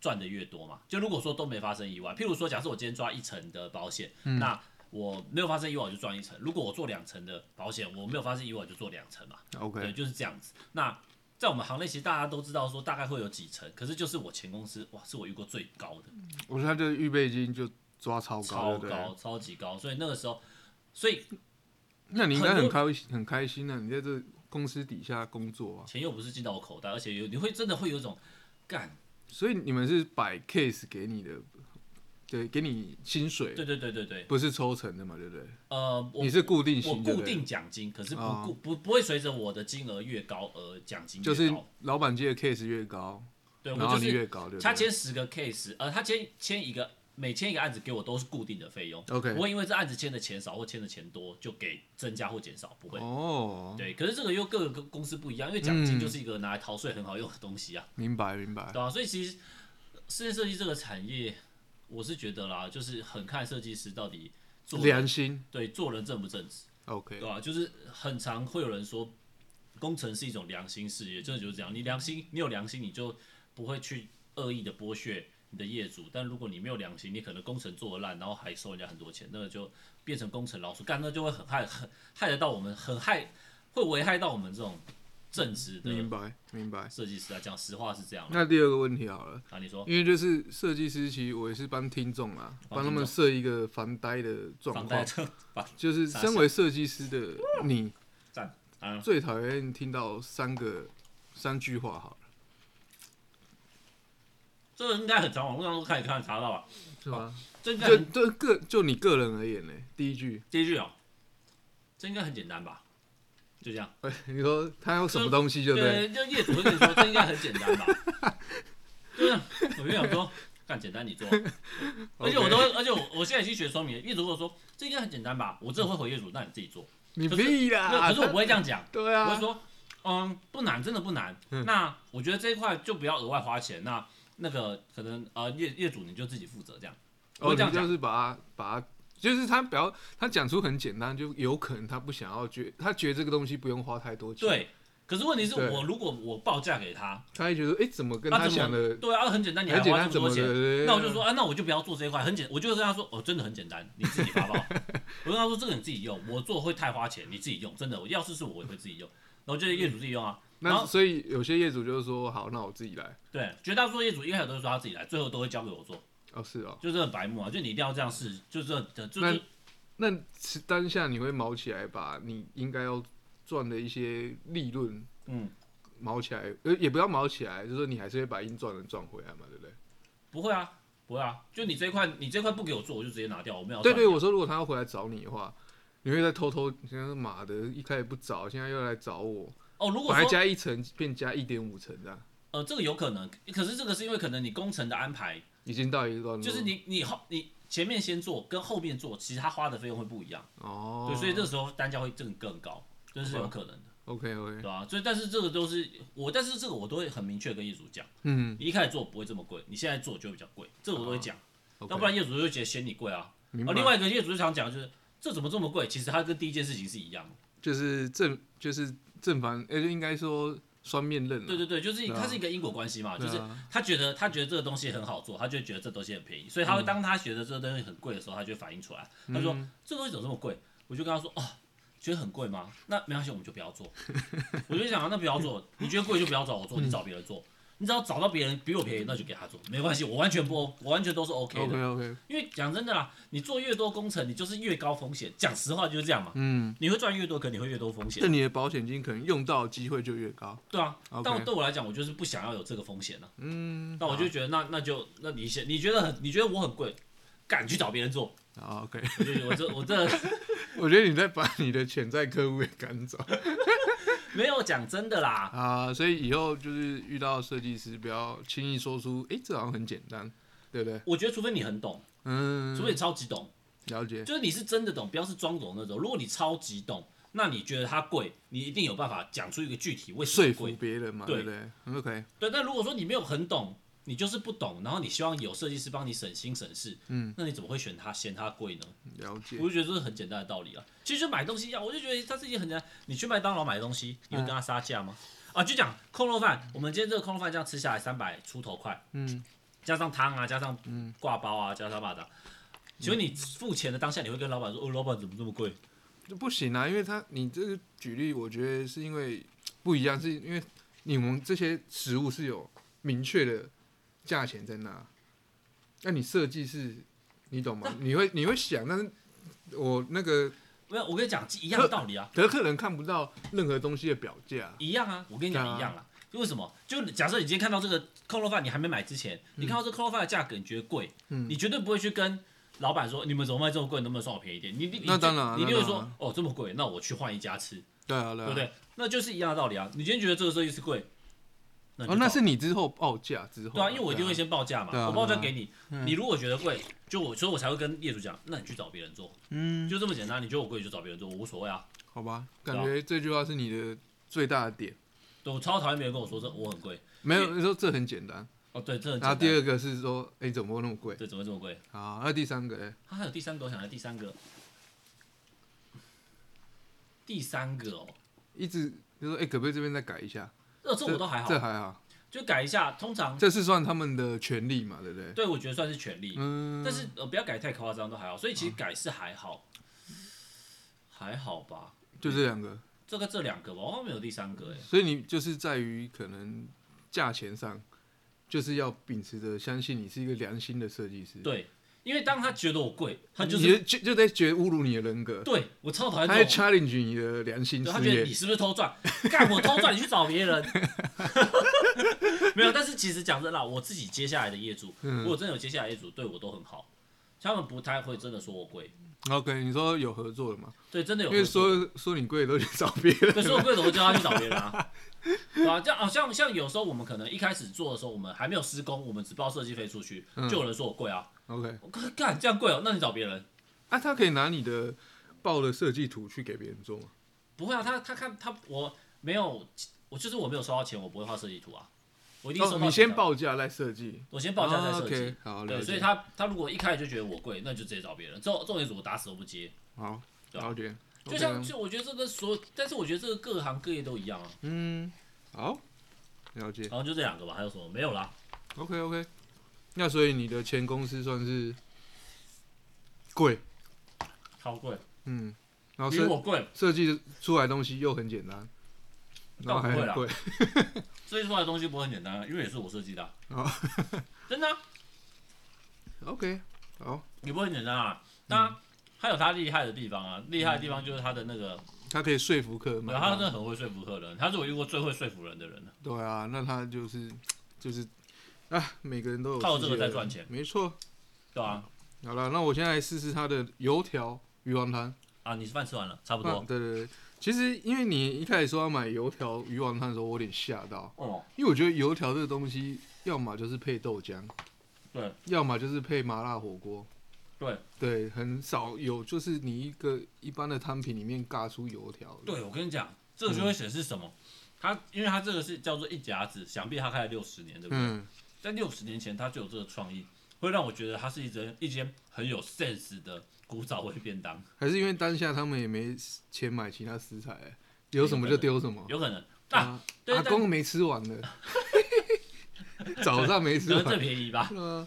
Speaker 1: 赚的越多嘛？就如果说都没发生意外，譬如说，假设我今天抓一层的保险，
Speaker 2: 嗯
Speaker 1: 那我没有发生意外我就赚一层；如果我做两层的保险，我没有发生意外我就做两层嘛。对，
Speaker 2: OK，
Speaker 1: 就是这样子。那在我们行内，其实大家都知道说大概会有几层，可是就是我前公司哇，是我遇过最高的。
Speaker 2: 我说他这个预备金就抓超高，
Speaker 1: 超
Speaker 2: 嗯对不对？
Speaker 1: 高，超级高。所以那个时候，所以
Speaker 2: 那你应该
Speaker 1: 很
Speaker 2: 很
Speaker 1: 多
Speaker 2: 开心，很开心啊！你在这公司底下工作啊，
Speaker 1: 钱又不是进到我口袋，而且有你会真的会有一种干，
Speaker 2: 所以你们是摆 case 给你的，对，给你薪水，啊
Speaker 1: 对对对对对，
Speaker 2: 不是抽成的嘛，对不对？
Speaker 1: 呃，我
Speaker 2: 你是固定
Speaker 1: 我
Speaker 2: 薪，对
Speaker 1: 固
Speaker 2: 不对
Speaker 1: 定奖金，可是不
Speaker 2: 哦
Speaker 1: 固不不会随着我的金额越高而奖金
Speaker 2: 就
Speaker 1: 越
Speaker 2: 是
Speaker 1: 高。
Speaker 2: 老板接的 case 越高，
Speaker 1: 对我
Speaker 2: 然后
Speaker 1: 就
Speaker 2: 你
Speaker 1: 是
Speaker 2: 越高，对不
Speaker 1: 他
Speaker 2: 对？
Speaker 1: 签十个 case，呃，他签签一个。每签一个案子给我都是固定的费用
Speaker 2: OK
Speaker 1: 不会因为这案子签的钱少或签的钱多就给增加或减少，不会。
Speaker 2: 哦，
Speaker 1: 对，可是这个又各个公司不一样，因为奖金
Speaker 2: 嗯
Speaker 1: 就是一个拿来逃税很好用的东西 啊。
Speaker 2: 明白明白，
Speaker 1: 对啊，所以其实室内设计这个产业，我是觉得啦，就是很看设计师到底做人
Speaker 2: 良心
Speaker 1: 对做人正不正直，对啊
Speaker 2: OK，
Speaker 1: 吧、就是很常会有人说，工程是一种良心事业，真的就是这样。你良心，你有良心，你就不会去恶意的剥削你的业主。但如果你没有良心，你可能工程做得烂，然后还收人家很多钱，那个就变成工程老鼠，干那就会很害很害得到我们，很害会危害到我们这种正直的
Speaker 2: 明白明白。
Speaker 1: 设计师啊。讲实话是这样啦
Speaker 2: 那第二个问题好了。
Speaker 1: 啊，你说。
Speaker 2: 因为就是设计师，其实我也是帮听众啊，
Speaker 1: 哦
Speaker 2: 帮他们设一个防呆的状
Speaker 1: 房贷
Speaker 2: 况。
Speaker 1: 这 房
Speaker 2: 就是身为设计师的你，
Speaker 1: 赞啊，
Speaker 2: 最讨厌听到三个三句话好了，
Speaker 1: 这个应该很常网络上都可以看查到吧？
Speaker 2: 是吗？
Speaker 1: 这应该
Speaker 2: 就
Speaker 1: 很
Speaker 2: 就个就你个人而言呢，第一句，
Speaker 1: 第一句哦，这应该很简单吧？就这样，
Speaker 2: 哎你说他有什么东西，对不对？
Speaker 1: 对，就业主会跟你说这应该很简单吧？ 对啊，我就想说，干简单你做，而且我都，会，而且我我现在已经学双语，业主跟我说这应该很简单吧？我这会回业主，那你自己做。
Speaker 2: 你
Speaker 1: 可是
Speaker 2: 屁啦！
Speaker 1: 那可 是我不会这样讲，
Speaker 2: 对
Speaker 1: 我
Speaker 2: 啊
Speaker 1: 会，说，嗯，不难，真的不难。
Speaker 2: 嗯
Speaker 1: 那我觉得这一块就不要额外花钱，那那个可能呃业业主你就自己负责这样。我
Speaker 2: 哦，
Speaker 1: 会这样
Speaker 2: 你
Speaker 1: 讲
Speaker 2: 就是把他把他，就是他不要他讲出很简单，就有可能他不想要觉，他觉得这个东西不用花太多钱，，
Speaker 1: 对，可是问题是
Speaker 2: 对
Speaker 1: 我如果我报价给他，
Speaker 2: 他会觉得哎，怎么跟
Speaker 1: 啊
Speaker 2: 他
Speaker 1: 怎么
Speaker 2: 想的
Speaker 1: 对啊，很简单，你还
Speaker 2: 很简
Speaker 1: 花
Speaker 2: 单，
Speaker 1: 这
Speaker 2: 怎
Speaker 1: 么
Speaker 2: 么
Speaker 1: 多
Speaker 2: 的？
Speaker 1: 钱，
Speaker 2: 对
Speaker 1: 那我就说啊，那我就不要做这一块，很简，我就跟他说，哦，真的很简单，你自己发包。 我跟他说这个你自己用，我做会太花钱，你自己用，真的，我要是是我我也会自己用，然后就是业主自己用啊。然
Speaker 2: 嗯那
Speaker 1: 后
Speaker 2: 所以有些业主就说好，那我自己来。
Speaker 1: 对，绝大多数业主一开始都是说他自己来，最后都会交给我做，
Speaker 2: 哦，是哦，
Speaker 1: 就是很白目啊，就你一定要这样试，就是很就
Speaker 2: 那
Speaker 1: 是
Speaker 2: 那是当下你会毛起来，把你应该要赚的一些利润
Speaker 1: 嗯，
Speaker 2: 毛起来，呃，也不要毛起来，就是说你还是会把应赚的赚回来嘛，对不对？
Speaker 1: 不会啊，不会啊，就你这一块你这块不给我做，我就直接拿掉，我没有要
Speaker 2: 对
Speaker 1: 赚。
Speaker 2: 对，我说如果他要回来找你的话，你会再偷偷，现在妈的，一开始不找，现在又来找我，
Speaker 1: 哦，如果
Speaker 2: 本来
Speaker 1: 说
Speaker 2: 加一层变加一点五层这样，
Speaker 1: 呃这个有可能，可是这个是因为可能你工程的安排。
Speaker 2: 已经到一个段落，
Speaker 1: 就是你你后你前面先做跟后面做，其实他花的费用会不一样，
Speaker 2: 哦，嗯
Speaker 1: 对，所以这个时候单价会更更高，这是有可能的，
Speaker 2: OK OK，
Speaker 1: 对吧、所以但是这个都是我，但是这个我都会很明确跟业主讲，
Speaker 2: 嗯，
Speaker 1: 你一开始做不会这么贵，你现在做就会比较贵，这个我都会讲，
Speaker 2: OK
Speaker 1: 要不然业主就会觉得嫌你贵啊。
Speaker 2: 哦明
Speaker 1: 而
Speaker 2: 白。
Speaker 1: 另外一个业主就想讲就是这怎么这么贵？其实它跟第一件事情是一样的，
Speaker 2: 就是正就是正反，呃，应该说双面刃
Speaker 1: 对对
Speaker 2: 了，
Speaker 1: 对，就是
Speaker 2: 对啊
Speaker 1: 它是一个因果关系嘛，就是
Speaker 2: 对啊
Speaker 1: 他觉得他觉得这个东西很好做，他就会觉得这东西很便宜，所以
Speaker 2: 嗯
Speaker 1: 他会当他觉得这个东西很贵的时候，他就会反映出来。他说、这东西怎么这么贵？我就跟他说哦，觉得很贵吗？那没关系，我们就不要做。 我就想、啊、那不要做，你觉得贵就不要找我做，你找别人
Speaker 2: 嗯
Speaker 1: 做。你只要找到别人比我便宜，那就给他做，没关系，我完全不，我完全都是 OK 的。
Speaker 2: OK OK，
Speaker 1: 因为讲真的啦，你做越多工程，你就是越高风险。讲实话就是这样嘛，
Speaker 2: 嗯。
Speaker 1: 你会赚越多，可你会越多风险
Speaker 2: 那。你的保险金可能用到的机会就越高。
Speaker 1: 对啊
Speaker 2: OK
Speaker 1: 但对我来讲，我就是不想要有这个风险啊。
Speaker 2: 嗯，
Speaker 1: 那我就觉得那那就那你先，你觉得很你觉得我很贵，敢去找别人做，
Speaker 2: 好 OK。
Speaker 1: 我就我这我这
Speaker 2: 我觉得你在把你的潜在客户给赶走。
Speaker 1: 没有讲真的啦。
Speaker 2: 啊，所以以后就是遇到设计师，不要轻易说出，诶，这好像很简单，对不对？
Speaker 1: 我觉得除非你很懂，
Speaker 2: 嗯，
Speaker 1: 除非你超级懂，
Speaker 2: 了解，
Speaker 1: 就是你是真的懂，不要是装懂那种。如果你超级懂，那你觉得它贵，你一定有办法讲出一个具体为什
Speaker 2: 说
Speaker 1: 么
Speaker 2: 服
Speaker 1: 贵。
Speaker 2: 别人嘛，对
Speaker 1: 对
Speaker 2: 不对嗯？OK，
Speaker 1: 对，但如果说你没有很懂，你就是不懂，然后你希望有设计师帮你省心省事，
Speaker 2: 嗯，
Speaker 1: 那你怎么会选它嫌它贵呢？
Speaker 2: 了解
Speaker 1: 我，就觉得这是很简单的道理啊。其实就买东西一样，我就觉得它是一件很简单。你去麦当劳买东西，你会跟他杀价吗？啊，就讲空肉饭，我们今天这个空肉饭这样吃下来三百出头块，
Speaker 2: 嗯，
Speaker 1: 加上汤啊，加上挂包啊，加上蚂蚱。请问你付钱的当下，你会跟老板说：“哦，老板怎么这么贵
Speaker 2: 就不行啊，因为他你这个举例，我觉得是因为不一样，是因为你们这些食物是有明确的价钱在那，那你设计是，你懂吗？你会你会想，但是我那个？”
Speaker 1: 没有，我跟你讲一样的道理啊，
Speaker 2: 德克人看不到任何东西的表价，
Speaker 1: 一样啊，我跟你讲
Speaker 2: 对啊
Speaker 1: 一样啦。为什么？就假设你今天看到这个空肉饭，你还没买之前，你看到这空肉饭的价格，你觉得贵，
Speaker 2: 嗯
Speaker 1: 你绝对不会去跟老板说：“你们怎么卖这么贵？能不能算我便宜一点？”你你你
Speaker 2: 那当然啊
Speaker 1: 你一定
Speaker 2: 那
Speaker 1: 会
Speaker 2: 当
Speaker 1: 说
Speaker 2: 然啊：“
Speaker 1: 哦，这么贵，那我去换一家吃。”
Speaker 2: 对啊，对
Speaker 1: 对不
Speaker 2: 啊，
Speaker 1: 对？那就是一样的道理啊。你今天觉得这个设计师贵，那你就
Speaker 2: 哦，那
Speaker 1: 报
Speaker 2: 是你之后报价之后，
Speaker 1: 对啊，因为我一定会先报价嘛，
Speaker 2: 对啊
Speaker 1: 我报价
Speaker 2: 对啊
Speaker 1: 给你。你如果觉得贵，就我，所以我才会跟业主讲，那你去找别人做，
Speaker 2: 嗯，
Speaker 1: 就这么简单。你觉得我贵，你就找别人做，我无所谓啊。
Speaker 2: 好吧，感觉这句话是你的最大的点。
Speaker 1: 对我超讨厌别人跟我说这我很贵。
Speaker 2: 没有，你说这很简单。
Speaker 1: 哦，对，这很
Speaker 2: 然后
Speaker 1: 简
Speaker 2: 第
Speaker 1: 单。
Speaker 2: 二个是说，哎，怎么会那么贵？
Speaker 1: 对，怎么会这么贵？
Speaker 2: 好，那第三个，哎，
Speaker 1: 他还有第三个，我想来第三个。第三个哦，
Speaker 2: 一直就说，哎，可不可以这边再改一下？
Speaker 1: 这这我都还好
Speaker 2: 这，还好，
Speaker 1: 就改一下。通常
Speaker 2: 这是算他们的权利嘛，对不对？
Speaker 1: 对我觉得算是权利，
Speaker 2: 嗯，
Speaker 1: 但是呃不要改太夸张都还好，所以其实改是还好，还好吧。
Speaker 2: 就这两个，
Speaker 1: 这个这两个吧，我好像没有第三个哎、
Speaker 2: 所以你就是在于可能价钱上，就是要秉持着相信你是一个良心的设计师。
Speaker 1: 对，因为当他觉得我贵，他就
Speaker 2: 你
Speaker 1: 是
Speaker 2: 就就在觉得侮辱你的人格，
Speaker 1: 对我超讨厌
Speaker 2: 他在
Speaker 1: 这种，
Speaker 2: challenge 你的良心
Speaker 1: 对他
Speaker 2: 事
Speaker 1: 觉得你
Speaker 2: 业。
Speaker 1: 是不是偷赚？ 干我偷赚，你去找别人。 没有，但是其实讲真啦，我自己接下来的业主，
Speaker 2: 嗯
Speaker 1: 如果真的有接下来的业主对我都很好，他们不太会真的说我贵，
Speaker 2: OK，你说有合作了嘛？
Speaker 1: 对，真的有
Speaker 2: 因
Speaker 1: 合
Speaker 2: 为
Speaker 1: 作。
Speaker 2: 说说你贵都去找别人。
Speaker 1: 可是我贵怎么叫他去找别人啊？对啊，这样好像像有时候我们可能一开始做的时候，我们还没有施工，我们只报设计费出去，
Speaker 2: 嗯
Speaker 1: 就有人说我贵啊，
Speaker 2: OK，
Speaker 1: 我干这样贵哦、那你找别人。
Speaker 2: 啊，他可以拿你的报的设计图去给别人做吗？
Speaker 1: 不会啊，他他看他我没有，我就是我没有收到钱，我不会画设计图啊，我一定收
Speaker 2: 哦，
Speaker 1: 到、
Speaker 2: 你先，报价再设计。哦
Speaker 1: 我先报价再设计。
Speaker 2: OK，好，了
Speaker 1: 对，
Speaker 2: 解。
Speaker 1: 所以他他如果一开始就觉得我贵，那就直接找别人。这种这种业主我打死都不接。
Speaker 2: 好，
Speaker 1: 对啊
Speaker 2: 了解。
Speaker 1: 就
Speaker 2: OK
Speaker 1: 像就我觉得这个所有，但是我觉得这个各行各业都一样啊。
Speaker 2: 嗯，好，了解。
Speaker 1: 然后就这两个吧，还有什么没有啦？
Speaker 2: OK OK，那所以你的前公司算是贵，
Speaker 1: 超贵，
Speaker 2: 嗯，然后
Speaker 1: 比
Speaker 2: 设
Speaker 1: 我贵，
Speaker 2: 设计出来的东西又很简单，然后
Speaker 1: 倒
Speaker 2: 还
Speaker 1: 不会
Speaker 2: 很
Speaker 1: 啦
Speaker 2: 贵。
Speaker 1: 设计出来的东西不会很简单啊，因为也是我设计的啊、
Speaker 2: 哦
Speaker 1: 真的啊、
Speaker 2: OK，好，
Speaker 1: 也不会很简单啊。
Speaker 2: 嗯
Speaker 1: 当然，还有他厉害的地方啊，厉害的地方就是他的那个，
Speaker 2: 他可以说服客人买
Speaker 1: 然后他
Speaker 2: 单
Speaker 1: 真的很会说服客人，他是我遇过最会说服人的人了。
Speaker 2: 对啊，那他就是就是啊，每个人都有
Speaker 1: 靠
Speaker 2: 自
Speaker 1: 这
Speaker 2: 己
Speaker 1: 个
Speaker 2: 的
Speaker 1: 在赚钱
Speaker 2: 没错。
Speaker 1: 对啊，
Speaker 2: 好了，那我现在来试试他的油条鱼丸汤。
Speaker 1: 啊，你饭吃完了，差不
Speaker 2: 啊
Speaker 1: 多。
Speaker 2: 对对对，其实因为你一开始说要买油条鱼丸汤的时候，我有点吓到，
Speaker 1: 哦，
Speaker 2: 因为我觉得油条这个东西，要么就是配豆浆，
Speaker 1: 对，
Speaker 2: 要么就是配麻辣火锅。
Speaker 1: 对
Speaker 2: 对，很少有就是你一个一般的汤品里面尬出油条的。
Speaker 1: 对，我跟你讲，这个就
Speaker 2: 嗯
Speaker 1: 会显示什么？他因为他这个是叫做一甲子，想必他开了六十年，对不对？
Speaker 2: 嗯，
Speaker 1: 在六十年前，他就有这个创意，会让我觉得它是一间一间很有 sense 的古早味便当，
Speaker 2: 还是因为当下他们也没钱买其他食材、有什么就丢什么。
Speaker 1: 有可能。啊，
Speaker 2: 啊，
Speaker 1: 对
Speaker 2: 哦阿
Speaker 1: 对
Speaker 2: 公没吃完的， 早上没吃
Speaker 1: 可能最
Speaker 2: 完。
Speaker 1: 便宜吧。
Speaker 2: 嗯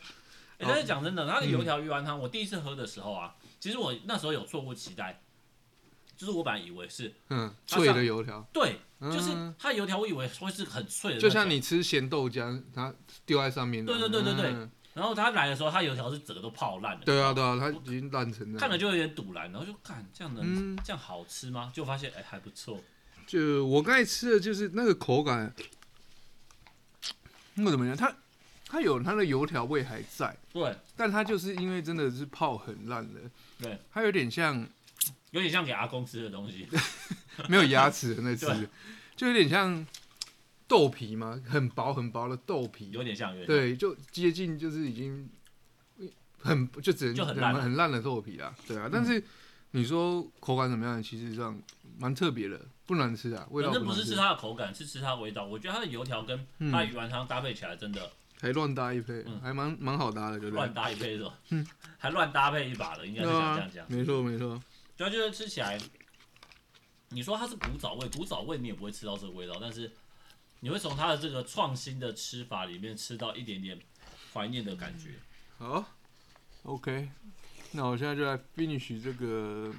Speaker 1: 欸但是讲真的，它的油条鱼丸汤，我第一次喝的时候啊，其实我那时候有错误期待，就是我本来以为是
Speaker 2: 嗯，
Speaker 1: 它上
Speaker 2: 脆的油条，
Speaker 1: 对，就是
Speaker 2: 嗯
Speaker 1: 它油条，我以为会是很脆的那种，
Speaker 2: 就像你吃咸豆浆，它丢在上面的。
Speaker 1: 对对对对对
Speaker 2: 嗯
Speaker 1: 然后它来的时候，它油条是整个都泡烂了。
Speaker 2: 对啊对啊，它已经烂成这
Speaker 1: 看了
Speaker 2: 样。
Speaker 1: 就有点堵然，然后就看这样能、
Speaker 2: 嗯
Speaker 1: 这样好吃吗？就发现哎、还不错，
Speaker 2: 就我刚才吃的就是那个口感，那个怎么样？它它有它的油条味还在，
Speaker 1: 对，
Speaker 2: 但它就是因为真的是泡很烂了，
Speaker 1: 对，
Speaker 2: 它有点像
Speaker 1: 有点像给阿公吃的东西，
Speaker 2: 没有牙齿的那只
Speaker 1: 对，
Speaker 2: 就有点像豆皮嘛，很薄很薄的豆皮，
Speaker 1: 有点像，有点像
Speaker 2: 对，就接近就是已经很就只能
Speaker 1: 就很烂了嗯
Speaker 2: 很烂的豆皮啦，对啊。但是你说口感怎么样？其实上蛮特别的，不嗯难吃啊，味道
Speaker 1: 反正不
Speaker 2: 难
Speaker 1: 是吃它的口感，是吃它的味道。我觉得它的油条跟它的鱼丸汤搭配起来真的
Speaker 2: 还乱搭一配，
Speaker 1: 嗯
Speaker 2: 还蛮蛮好搭的，对不嗯对
Speaker 1: 乱？搭一配是吧？ 还乱搭配一把的，应该是
Speaker 2: 对
Speaker 1: 想
Speaker 2: 啊
Speaker 1: 这样讲。
Speaker 2: 没错没错，
Speaker 1: 主要就是吃起来，你说它是古早味，古早味你也不会吃到这个味道，但是你会从它的这个创新的吃法里面吃到一点点怀念的感觉。
Speaker 2: 好，OK，那我现在就来 finish 这个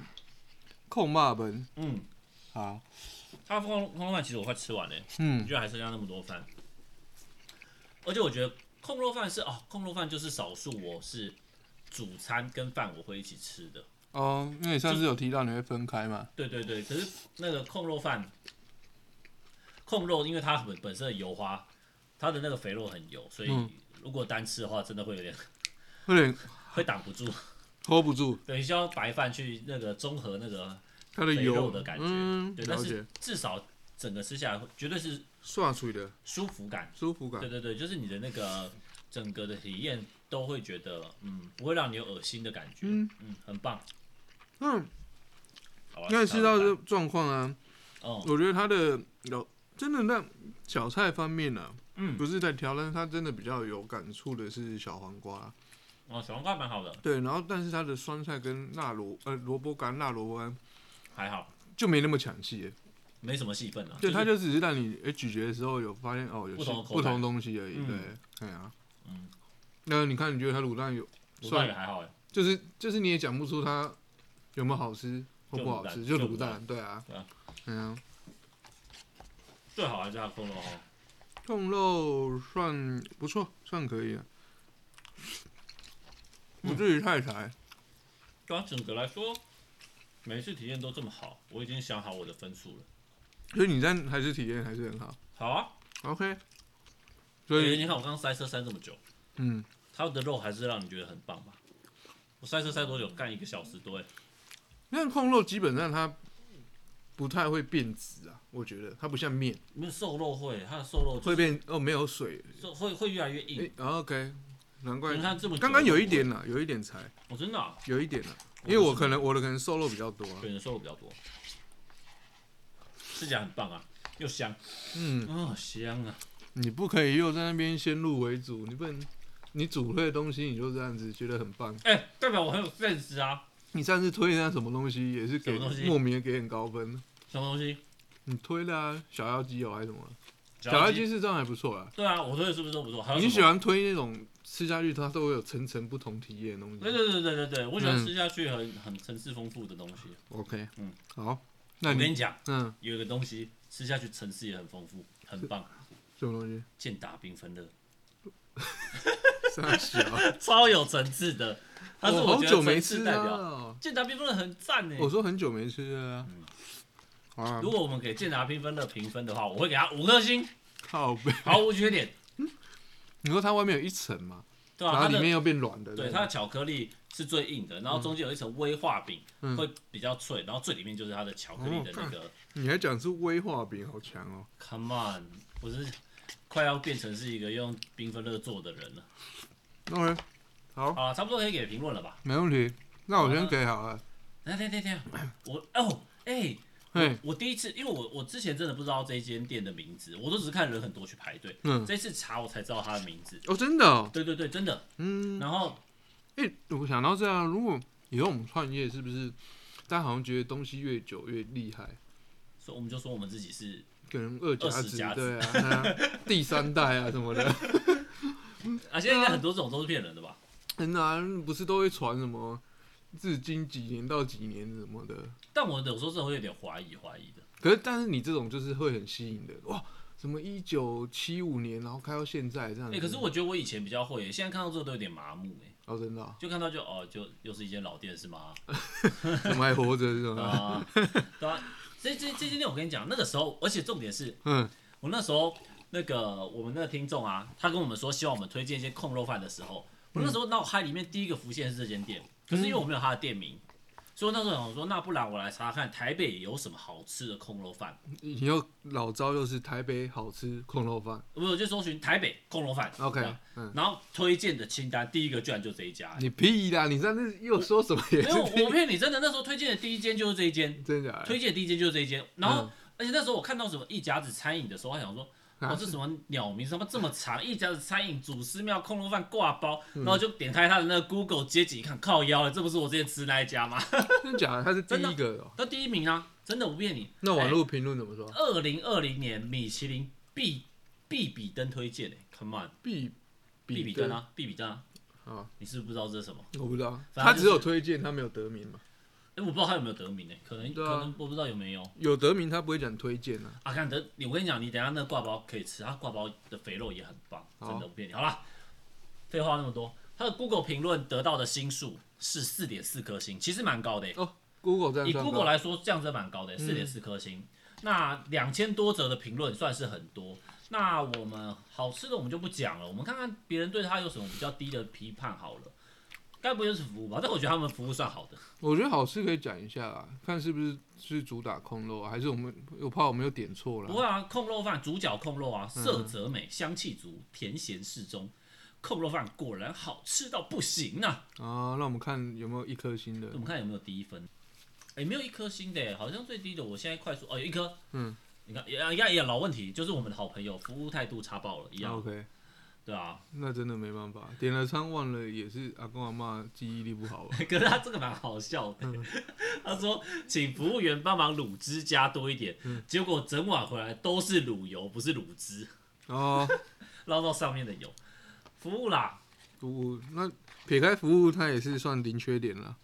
Speaker 2: 控骂本，
Speaker 1: 嗯，
Speaker 2: 好，
Speaker 1: 它的空空肉饭其实我快吃完了，
Speaker 2: 嗯
Speaker 1: 居然还剩下那么多饭，而且我觉得控肉饭是哦，控肉饭就是少数我是主餐跟饭我会一起吃的。
Speaker 2: 哦，因为你上次有提到你会分开嘛，
Speaker 1: 对对对，可是那个控肉饭，控肉因为它本本身的油花，它的那个肥肉很油，所以
Speaker 2: 嗯
Speaker 1: 如果单吃的话，真的会有点
Speaker 2: 有点
Speaker 1: 会挡不住，
Speaker 2: hold 不住
Speaker 1: 等于需要白饭去那个中和那个
Speaker 2: 它的
Speaker 1: 肥
Speaker 2: 油
Speaker 1: 肉的感觉。
Speaker 2: 嗯，
Speaker 1: 对，但
Speaker 2: 了解
Speaker 1: 是，至少整个吃下来会绝对是
Speaker 2: 刷出的
Speaker 1: 舒服感。
Speaker 2: 舒服感
Speaker 1: 对，对对，就是你的那个整个的体验都会觉得，嗯，不会让你有恶心的感觉，
Speaker 2: 嗯
Speaker 1: 嗯很棒。
Speaker 2: 嗯，
Speaker 1: 好啊吧，
Speaker 2: 因为吃到这
Speaker 1: 就，
Speaker 2: 个状况啊，
Speaker 1: 哦，
Speaker 2: 我觉得它的有真的那小菜方面呢、啊，
Speaker 1: 嗯，
Speaker 2: 不是在挑，但是它真的比较有感触的是小黄瓜啊、
Speaker 1: 哦，小黄瓜蛮好的，
Speaker 2: 对，然后但是它的酸菜跟辣萝呃萝卜干、辣萝卜干
Speaker 1: 还好，
Speaker 2: 就没那么抢戏耶，
Speaker 1: 没什么戏份啊。
Speaker 2: 对，
Speaker 1: 是
Speaker 2: 它就只是让你诶咀嚼的时候有发现哦，有
Speaker 1: 不
Speaker 2: 些
Speaker 1: 同的口
Speaker 2: 不
Speaker 1: 感
Speaker 2: 同东西而已，
Speaker 1: 嗯
Speaker 2: 对，哎呀、
Speaker 1: 嗯
Speaker 2: 那你看，你觉得它卤蛋有，
Speaker 1: 卤蛋
Speaker 2: 算
Speaker 1: 也还好哎，
Speaker 2: 就是就是你也讲不出它有没有好吃或
Speaker 1: 就
Speaker 2: 不好
Speaker 1: 卤蛋
Speaker 2: 吃，就
Speaker 1: 就
Speaker 2: 卤
Speaker 1: 卤
Speaker 2: 蛋，对啊
Speaker 1: 对啊，
Speaker 2: 嗯啊，
Speaker 1: 最好还是它空肉哦。
Speaker 2: 控肉算不错，算可以啊，不至于太柴，
Speaker 1: 对啊，整个来说，每一次体验都这么好，我已经想好我的分数了。
Speaker 2: 所以你在还是体验还是很好
Speaker 1: 好啊，
Speaker 2: ，OK，所
Speaker 1: 对，你
Speaker 2: 以
Speaker 1: 看我刚刚塞车塞这么久，
Speaker 2: 嗯，
Speaker 1: 它的肉还是让你觉得很棒吧？我塞车塞多久？干一个小时多哎。
Speaker 2: 那控肉基本上它不太会变质啊，我觉得它不像面
Speaker 1: 没有瘦肉会，它的瘦肉
Speaker 2: 会变哦没有水，
Speaker 1: 瘦会会越来越硬。
Speaker 2: 诶、o k 难怪
Speaker 1: 你看这么久
Speaker 2: 刚刚有一点啦，有一点柴，
Speaker 1: 我真的啊、
Speaker 2: 有一点啦，因为我可能我的可能瘦肉比较多啊，
Speaker 1: 对人瘦肉比较多，吃起来很棒啊，又香，
Speaker 2: 嗯，
Speaker 1: 哦香啊，
Speaker 2: 你不可以又在那边先入为主，你不能你主推的东西你就这样子觉得很棒，
Speaker 1: 哎、代表我很有 sense 啊，
Speaker 2: 你上次推那什么东西也是给
Speaker 1: 什么东西
Speaker 2: 莫名的给很高分，
Speaker 1: 什么东西？
Speaker 2: 你推的啊小妖姬哦还是什么，
Speaker 1: 小
Speaker 2: 小妖
Speaker 1: 鸡
Speaker 2: 姬是这样还不错啦，
Speaker 1: 对啊，我推的是不是都不错？还有
Speaker 2: 你
Speaker 1: 什
Speaker 2: 喜
Speaker 1: 么？
Speaker 2: 欢推那种吃下去它都会有层层不同体验的东
Speaker 1: 对
Speaker 2: 西
Speaker 1: 对对对对对，我喜欢
Speaker 2: 嗯
Speaker 1: 吃下去很很层次丰富的东西。
Speaker 2: ，OK，
Speaker 1: 嗯，
Speaker 2: 好，那
Speaker 1: 我跟
Speaker 2: 你
Speaker 1: 你讲，
Speaker 2: 嗯
Speaker 1: 有一个东西吃下去层次也很丰富，很棒，
Speaker 2: 什么东 西？
Speaker 1: 健达缤纷乐，
Speaker 2: 三小，
Speaker 1: 超有层次的，它是
Speaker 2: 我
Speaker 1: 我
Speaker 2: 哦好
Speaker 1: 觉
Speaker 2: 久
Speaker 1: 得
Speaker 2: 没
Speaker 1: 层次
Speaker 2: 吃
Speaker 1: 代
Speaker 2: 了
Speaker 1: 表。
Speaker 2: 哦。
Speaker 1: 健达缤纷乐很赞呢。
Speaker 2: 我说很久没吃了啊。好啊
Speaker 1: 如，果我们给健达缤纷乐评分的话，我会给它五颗星，
Speaker 2: 靠背。
Speaker 1: 毫无缺点，
Speaker 2: 你说它外面有一层嘛，
Speaker 1: 对吧、
Speaker 2: 然
Speaker 1: 啊？
Speaker 2: 后
Speaker 1: 它
Speaker 2: 里
Speaker 1: 的
Speaker 2: 面又变软的。
Speaker 1: 对，它的巧克力是最硬的，然后中间有一层威化饼，
Speaker 2: 嗯
Speaker 1: 会比较脆，然后最里面就是它的巧克力的那个。
Speaker 2: 你还讲是威化饼，好强哦。
Speaker 1: Come on，我是快要变成是一个用缤纷乐做的人了。
Speaker 2: OK，好，
Speaker 1: 好了，差不多可以给评论了吧？
Speaker 2: 没问题。那我先给好了。
Speaker 1: 啊等一下等一下等一 下，我哦，哎、
Speaker 2: 嘿，
Speaker 1: 我第一次，因为我我之前真的不知道这间店的名字，我都只是看人很多去排队，
Speaker 2: 嗯，
Speaker 1: 这次查我才知道它的名字。
Speaker 2: 哦，真的哦，
Speaker 1: 对对对，真的。
Speaker 2: 嗯，
Speaker 1: 然后
Speaker 2: 哎，我想到这样，如果以后我们创业，是不是大家好像觉得东西越久越厉害？
Speaker 1: 所以我们就说我们自己是，
Speaker 2: 可能二甲
Speaker 1: 二
Speaker 2: 子
Speaker 1: 十甲，子
Speaker 2: 对啊，对啊 第三代啊什么的，
Speaker 1: 啊，现在应该很多这种都是骗人的吧？
Speaker 2: 很难，不是都会传什么至今几年到几年什么的。
Speaker 1: 但我有时候真的会有点怀疑怀疑的。
Speaker 2: 可是，但是你这种就是会很吸引的哇，什么一九七五年，然后开到现在这样
Speaker 1: 哎、
Speaker 2: 子。
Speaker 1: 可是我觉得我以前比较会耶，现在看到这个都有点麻木哎，
Speaker 2: 哦，真的哦、
Speaker 1: 就看到就哦，就又是一间老店是吗？
Speaker 2: 怎么还活着是 吗？
Speaker 1: 啊，对啊，这这这间店我跟你讲，那个时候，而且重点是
Speaker 2: 嗯
Speaker 1: 我那时候那个我们那个听众啊，他跟我们说希望我们推荐一些控肉饭的时候，我那时候脑海里面第一个浮现是这间店，可是因为我没有他的店名，所以那时候想说，那不然我来查看台北有什么好吃的空肉饭，
Speaker 2: 你又老招又是台北好吃空肉饭
Speaker 1: 不我就搜寻台北空肉饭这
Speaker 2: ，OK，
Speaker 1: 样
Speaker 2: 嗯，啊
Speaker 1: 然后推荐的清单第一个居然就这一家、
Speaker 2: 你屁啦，你上次又说什么也
Speaker 1: 没 有，
Speaker 2: 是
Speaker 1: 我
Speaker 2: 屁，
Speaker 1: 骗你，真的那时候推荐的第一间就是这一间，
Speaker 2: 真假的？
Speaker 1: 推荐的第一间就是这一间。然后，
Speaker 2: 嗯
Speaker 1: 而且那时候我看到什么一家子餐饮的时候，我还想说，哦
Speaker 2: 啊
Speaker 1: 哇，这什么鸟名，怎么这么长？一家子餐饮祖师庙空笼饭挂包，
Speaker 2: 嗯
Speaker 1: 然后就点开他的那个 Google 街景一看，靠腰了，这不是我之前吃那一家吗？
Speaker 2: 真假的？他是第一个哦。
Speaker 1: 那第一名啊，真的不骗你。
Speaker 2: 那网络评论怎么说？
Speaker 1: 二零二零年米其林必必比登推荐诶、c o m e on，
Speaker 2: 必
Speaker 1: 必比
Speaker 2: 登
Speaker 1: 登啊，必比登啊，
Speaker 2: 啊，
Speaker 1: 你是不是不知道这是什么？
Speaker 2: 我不知道，
Speaker 1: 反正
Speaker 2: 他
Speaker 1: 就
Speaker 2: 只有
Speaker 1: 是
Speaker 2: 推荐，他没有得名嘛。
Speaker 1: 哎、我不知道他有没有得名诶、可能、
Speaker 2: 对啊
Speaker 1: 可能我不知道有没有。
Speaker 2: 有得名他不会讲推荐啊。
Speaker 1: 啊，看等你，我跟你讲，你等一下那个挂包可以吃，它挂包的肥肉也很棒，真的
Speaker 2: 好
Speaker 1: 不骗你。好啦，废话那么多，它的 Google 评论得到的星数是四点四颗星，其实蛮高的欸、
Speaker 2: 哦，Google 这样
Speaker 1: 以
Speaker 2: 算
Speaker 1: Google
Speaker 2: 高，嗯
Speaker 1: 来说，这样子蛮高的、四点四颗星。那两千多则的评论算是很多。那我们好吃的我们就不讲了，我们看看别人对它有什么比较低的批判好了。该不会就是服务吧？但我觉得他们服务算好的。
Speaker 2: 我觉得好吃可以讲一下啊，看是不是是主打空肉啊，还是我们我怕我们又点错
Speaker 1: 不
Speaker 2: 了。
Speaker 1: 会啊，控肉饭主角控肉啊，色泽美，香气足，甜咸适中。控肉饭果然好吃到不行啊！
Speaker 2: 啊，那我们看有没有一颗星的
Speaker 1: 我。们看有没有低分？哎，没有一颗星的耶，好像最低的，我现在快速哦，有一颗。
Speaker 2: 嗯，
Speaker 1: 你看，也也也老问题，就是我们的好朋友服务态度差爆了，一样，
Speaker 2: 啊 OK，
Speaker 1: 对啊。
Speaker 2: 那真的没办法，点了餐忘了也是阿公阿妈记忆力不好吧。 啊
Speaker 1: 可是他这个蛮好笑的，
Speaker 2: 嗯
Speaker 1: 他说请服务员帮忙卤汁加多一点，
Speaker 2: 嗯
Speaker 1: 结果整碗回来都是卤油，不是卤汁，
Speaker 2: 哦，
Speaker 1: 捞到上面的油。服务啦，
Speaker 2: 服务那撇开服务，它也是算零缺点了。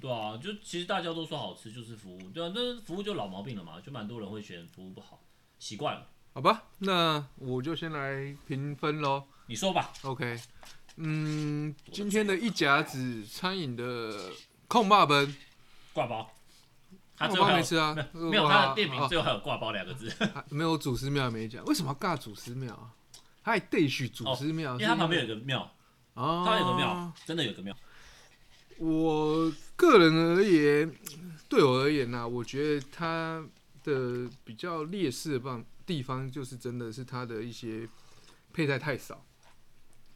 Speaker 1: 对啊，就其实大家都说好吃就是服务，对啊，但是服务就老毛病了嘛，就蛮多人会嫌服务不好，习惯了。
Speaker 2: 好吧，那我就先来评分喽。
Speaker 1: 你说吧，
Speaker 2: OK，嗯，今天的一甲子餐饮的控霸本，
Speaker 1: 挂包。他
Speaker 2: 那
Speaker 1: 最
Speaker 2: 我
Speaker 1: 后还有
Speaker 2: 爸没吃啊，
Speaker 1: 没有他的店
Speaker 2: 啊
Speaker 1: 名最后还有挂包两个字，
Speaker 2: 啊没有祖师庙也没讲，为什么要尬祖师庙啊？他还对许祖师
Speaker 1: 哦
Speaker 2: 庙，
Speaker 1: 因
Speaker 2: 是
Speaker 1: 为他旁边有一个庙，
Speaker 2: 啊，
Speaker 1: 他有个庙，真的有个庙。
Speaker 2: 我个人而言，对我而言呐、我觉得它的比较劣势的棒地方，就是真的是它的一些配菜太少。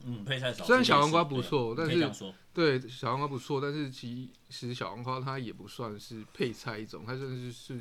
Speaker 1: 嗯，配菜少。
Speaker 2: 虽然
Speaker 1: 这件
Speaker 2: 小
Speaker 1: 事
Speaker 2: 黄瓜不错
Speaker 1: 对啊
Speaker 2: 但
Speaker 1: 你可
Speaker 2: 是
Speaker 1: 以这样说，
Speaker 2: 对，小黄瓜不错，但是其实小黄瓜它也不算是配菜一种，它算是是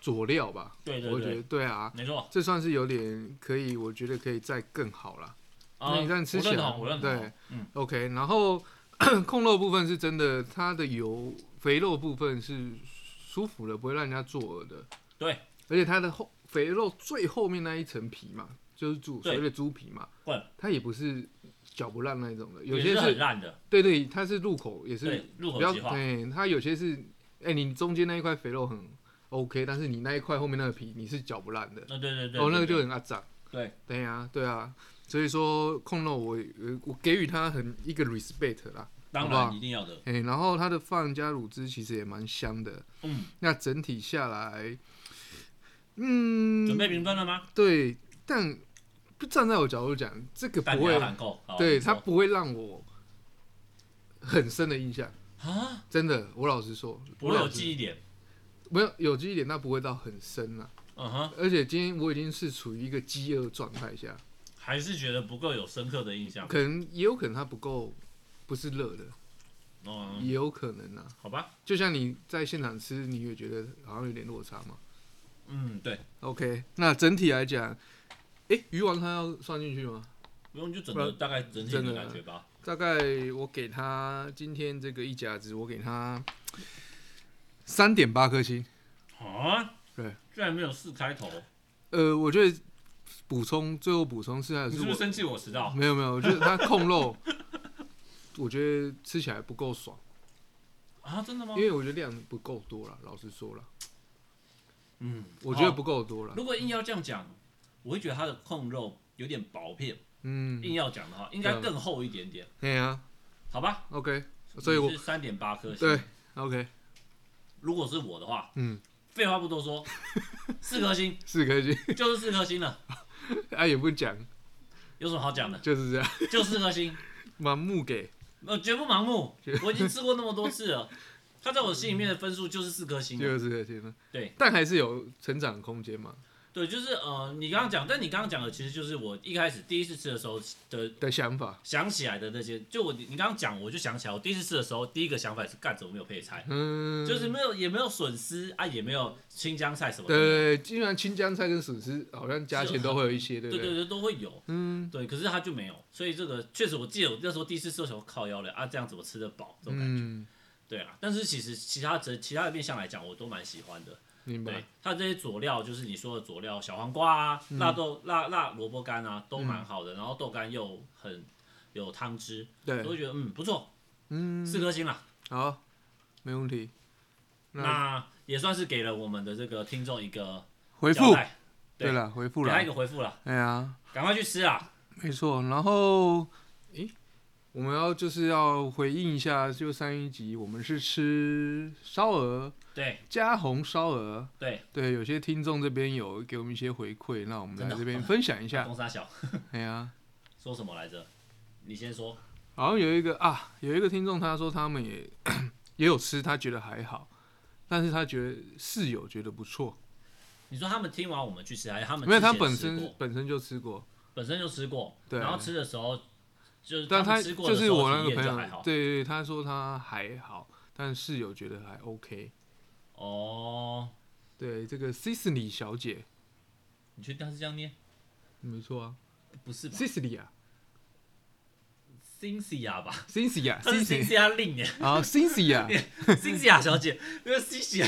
Speaker 2: 佐料吧。
Speaker 1: 对对
Speaker 2: 我觉得
Speaker 1: 对，
Speaker 2: 对啊，
Speaker 1: 没错。
Speaker 2: 这算是有点可以，我觉得可以再更好啦。
Speaker 1: 啊
Speaker 2: 那你这样吃
Speaker 1: 我
Speaker 2: 起来
Speaker 1: 认同，我认同
Speaker 2: 对。
Speaker 1: 嗯，
Speaker 2: OK，然后 控肉部分是真的，它的油肥肉部分是舒服的，不会让人家作呕的。
Speaker 1: 对，
Speaker 2: 而且它的后肥肉最后面那一层皮嘛，就是猪所
Speaker 1: 对
Speaker 2: 谓的猪皮嘛
Speaker 1: 对，
Speaker 2: 它也不是嚼不烂那一种的，有
Speaker 1: 也
Speaker 2: 些
Speaker 1: 是
Speaker 2: 是
Speaker 1: 很烂的，
Speaker 2: 对对，它是入口也是
Speaker 1: 对，入
Speaker 2: 比
Speaker 1: 口
Speaker 2: 较
Speaker 1: 即化。
Speaker 2: 对，它有些是哎、你中间那一块肥肉很 OK，但是你那一块后面那个皮你是嚼不烂的。
Speaker 1: 那对对对，
Speaker 2: 哦，那
Speaker 1: 对
Speaker 2: 个就
Speaker 1: 对
Speaker 2: 很阿脏。
Speaker 1: 对，
Speaker 2: 对呀、对啊，所以说控肉我呃我给予他很一个 respect 啦，
Speaker 1: 当
Speaker 2: 好不好
Speaker 1: 然一定要的。
Speaker 2: 哎、然后他的饭加卤汁其实也蛮香的，
Speaker 1: 嗯，
Speaker 2: 那整体下来，嗯，
Speaker 1: 准备评分了吗？
Speaker 2: 对，但不站在我角度讲，这个
Speaker 1: 但
Speaker 2: 不
Speaker 1: 不要
Speaker 2: 会，
Speaker 1: 喊扣。好
Speaker 2: 对
Speaker 1: 你说
Speaker 2: 他不会让我很深的印象，
Speaker 1: 啊，
Speaker 2: 真的，我老实说，
Speaker 1: 不
Speaker 2: 我
Speaker 1: 会有
Speaker 2: 老实
Speaker 1: 记忆点。
Speaker 2: 没有有记忆点，但不会到很深啦。
Speaker 1: 嗯哼，
Speaker 2: 而且今天我已经是处于一个饥饿状态下，
Speaker 1: 还是觉得不够有深刻的印象。
Speaker 2: 可能也有可能它不够，不是热的，
Speaker 1: 嗯，
Speaker 2: 也有可能啊。
Speaker 1: 好吧，
Speaker 2: 就像你在现场吃，你也觉得好像有点落差嘛。
Speaker 1: 嗯，对，
Speaker 2: OK，那整体来讲，诶、鱼丸它要算进去吗？
Speaker 1: 不用就整
Speaker 2: 不
Speaker 1: 个
Speaker 2: 然
Speaker 1: 大概整体
Speaker 2: 真
Speaker 1: 的
Speaker 2: 的
Speaker 1: 感觉吧。
Speaker 2: 大概我给它今天这个一甲子，我给它三点八颗星。
Speaker 1: 啊，
Speaker 2: 对，
Speaker 1: 居然没有四开头，
Speaker 2: 呃，我觉得补充最后补充是还有
Speaker 1: 你
Speaker 2: 是
Speaker 1: 是不
Speaker 2: 我
Speaker 1: 是生气我迟到？
Speaker 2: 没有没有，我觉得它控肉， 我觉得吃起来不够爽，
Speaker 1: 啊，真的吗
Speaker 2: 因？为我觉得量不够多了，老实说了，
Speaker 1: 嗯，
Speaker 2: 我觉得
Speaker 1: 好。
Speaker 2: 不够多了。
Speaker 1: 如果硬要这样讲，我会觉得它的控肉有点薄片，
Speaker 2: 嗯，
Speaker 1: 硬要讲的话，应该更厚一点点，
Speaker 2: 对啊
Speaker 1: 好吧？
Speaker 2: ，OK，所以我
Speaker 1: 是三点八颗星。
Speaker 2: 对，OK，
Speaker 1: 如果是我的话，
Speaker 2: 嗯，
Speaker 1: 废话不多说，四颗星
Speaker 2: 四颗星，
Speaker 1: 就是四颗星了，
Speaker 2: 啊也不讲，
Speaker 1: 有什么好讲的？
Speaker 2: 就是这样，
Speaker 1: 就四颗星。
Speaker 2: 盲目给，
Speaker 1: 呃，绝不盲目，我已经吃过那么多次了。它在我心里面的分数就是四颗星啊
Speaker 2: 第。二次的天呢？
Speaker 1: 对，
Speaker 2: 但还是有成长空间嘛
Speaker 1: 对，就是呃，你刚刚讲，但你刚刚讲的其实就是我一开始第一次吃的时候的
Speaker 2: 的想法。
Speaker 1: 想起来的那些，就我你你刚刚讲，我就想起来，我第一次吃的时候，第一个想法是干怎么没有配菜，
Speaker 2: 嗯，
Speaker 1: 就是没有也没有笋丝啊，也没有青江菜什么的，
Speaker 2: 对，基本上青江菜跟笋丝好像加起来都会有一些，对不
Speaker 1: 对对对
Speaker 2: 对？
Speaker 1: 都会有，
Speaker 2: 嗯
Speaker 1: 对，可是它就没有，所以这个确实我记得我那时候第一次吃的时候靠腰了啊，这样怎么吃得饱这种感觉，
Speaker 2: 嗯，
Speaker 1: 对啊，但是其实其他的其他的面向来讲，我都蛮喜欢的，
Speaker 2: 明
Speaker 1: 对
Speaker 2: 白。，
Speaker 1: 它这些佐料就是你说的佐料，小黄瓜啊、
Speaker 2: 嗯
Speaker 1: 辣豆、辣辣萝卜干啊，都蛮好的。然后豆干又很有汤汁，所以
Speaker 2: 对，
Speaker 1: 我觉得嗯不错，
Speaker 2: 嗯，
Speaker 1: 四颗星啦。
Speaker 2: 好，没问题。那
Speaker 1: 那也算是给了我们的这个听众一个
Speaker 2: 回
Speaker 1: 交
Speaker 2: 复，
Speaker 1: 代，对
Speaker 2: 对了，回复
Speaker 1: 给
Speaker 2: 了
Speaker 1: 他。一个回复啦，
Speaker 2: 哎呀，
Speaker 1: 赶快去吃啊啦。
Speaker 2: 没错，然后，诶，我们要就是要回应一下，就上一集我们是吃烧鹅，
Speaker 1: 对
Speaker 2: 加红烧鹅，
Speaker 1: 对，
Speaker 2: 对，有些听众这边有给我们一些回馈，那我们
Speaker 1: 真
Speaker 2: 来
Speaker 1: 的
Speaker 2: 这边分享一下
Speaker 1: 公。沙小
Speaker 2: 哎呀，
Speaker 1: 说什么来着？你先说。
Speaker 2: 好像有一个啊，有一个听众他说他们也 也有吃，他觉得还好，但是他觉得室友觉得不错，
Speaker 1: 你说他们听完我们去吃，还是他们
Speaker 2: 没有
Speaker 1: 之
Speaker 2: 他
Speaker 1: 前
Speaker 2: 本
Speaker 1: 吃
Speaker 2: 身
Speaker 1: 过
Speaker 2: 本身就吃过，
Speaker 1: 本身就吃过，
Speaker 2: 对
Speaker 1: 然后吃的时候就是
Speaker 2: 但
Speaker 1: 他
Speaker 2: 他
Speaker 1: 们吃过
Speaker 2: 就
Speaker 1: 的时
Speaker 2: 是我
Speaker 1: 候
Speaker 2: 那
Speaker 1: 体
Speaker 2: 个
Speaker 1: 验
Speaker 2: 朋
Speaker 1: 就还
Speaker 2: 友，
Speaker 1: 好。
Speaker 2: 对对，对他说他还好，但室友觉得还 OK。
Speaker 1: 哦，
Speaker 2: 对，这个 Sisley 小姐，
Speaker 1: 你确定他是这样念？
Speaker 2: 没错啊
Speaker 1: 不是吧？
Speaker 2: ，Sisley 啊
Speaker 1: Cynthia 吧，
Speaker 2: ，Sisley 啊
Speaker 1: 她是
Speaker 2: ，Sisley，
Speaker 1: Cynthia 令耶
Speaker 2: 好 ，Sisley 啊
Speaker 1: ，Cynthia 小姐，那个 Cynthia，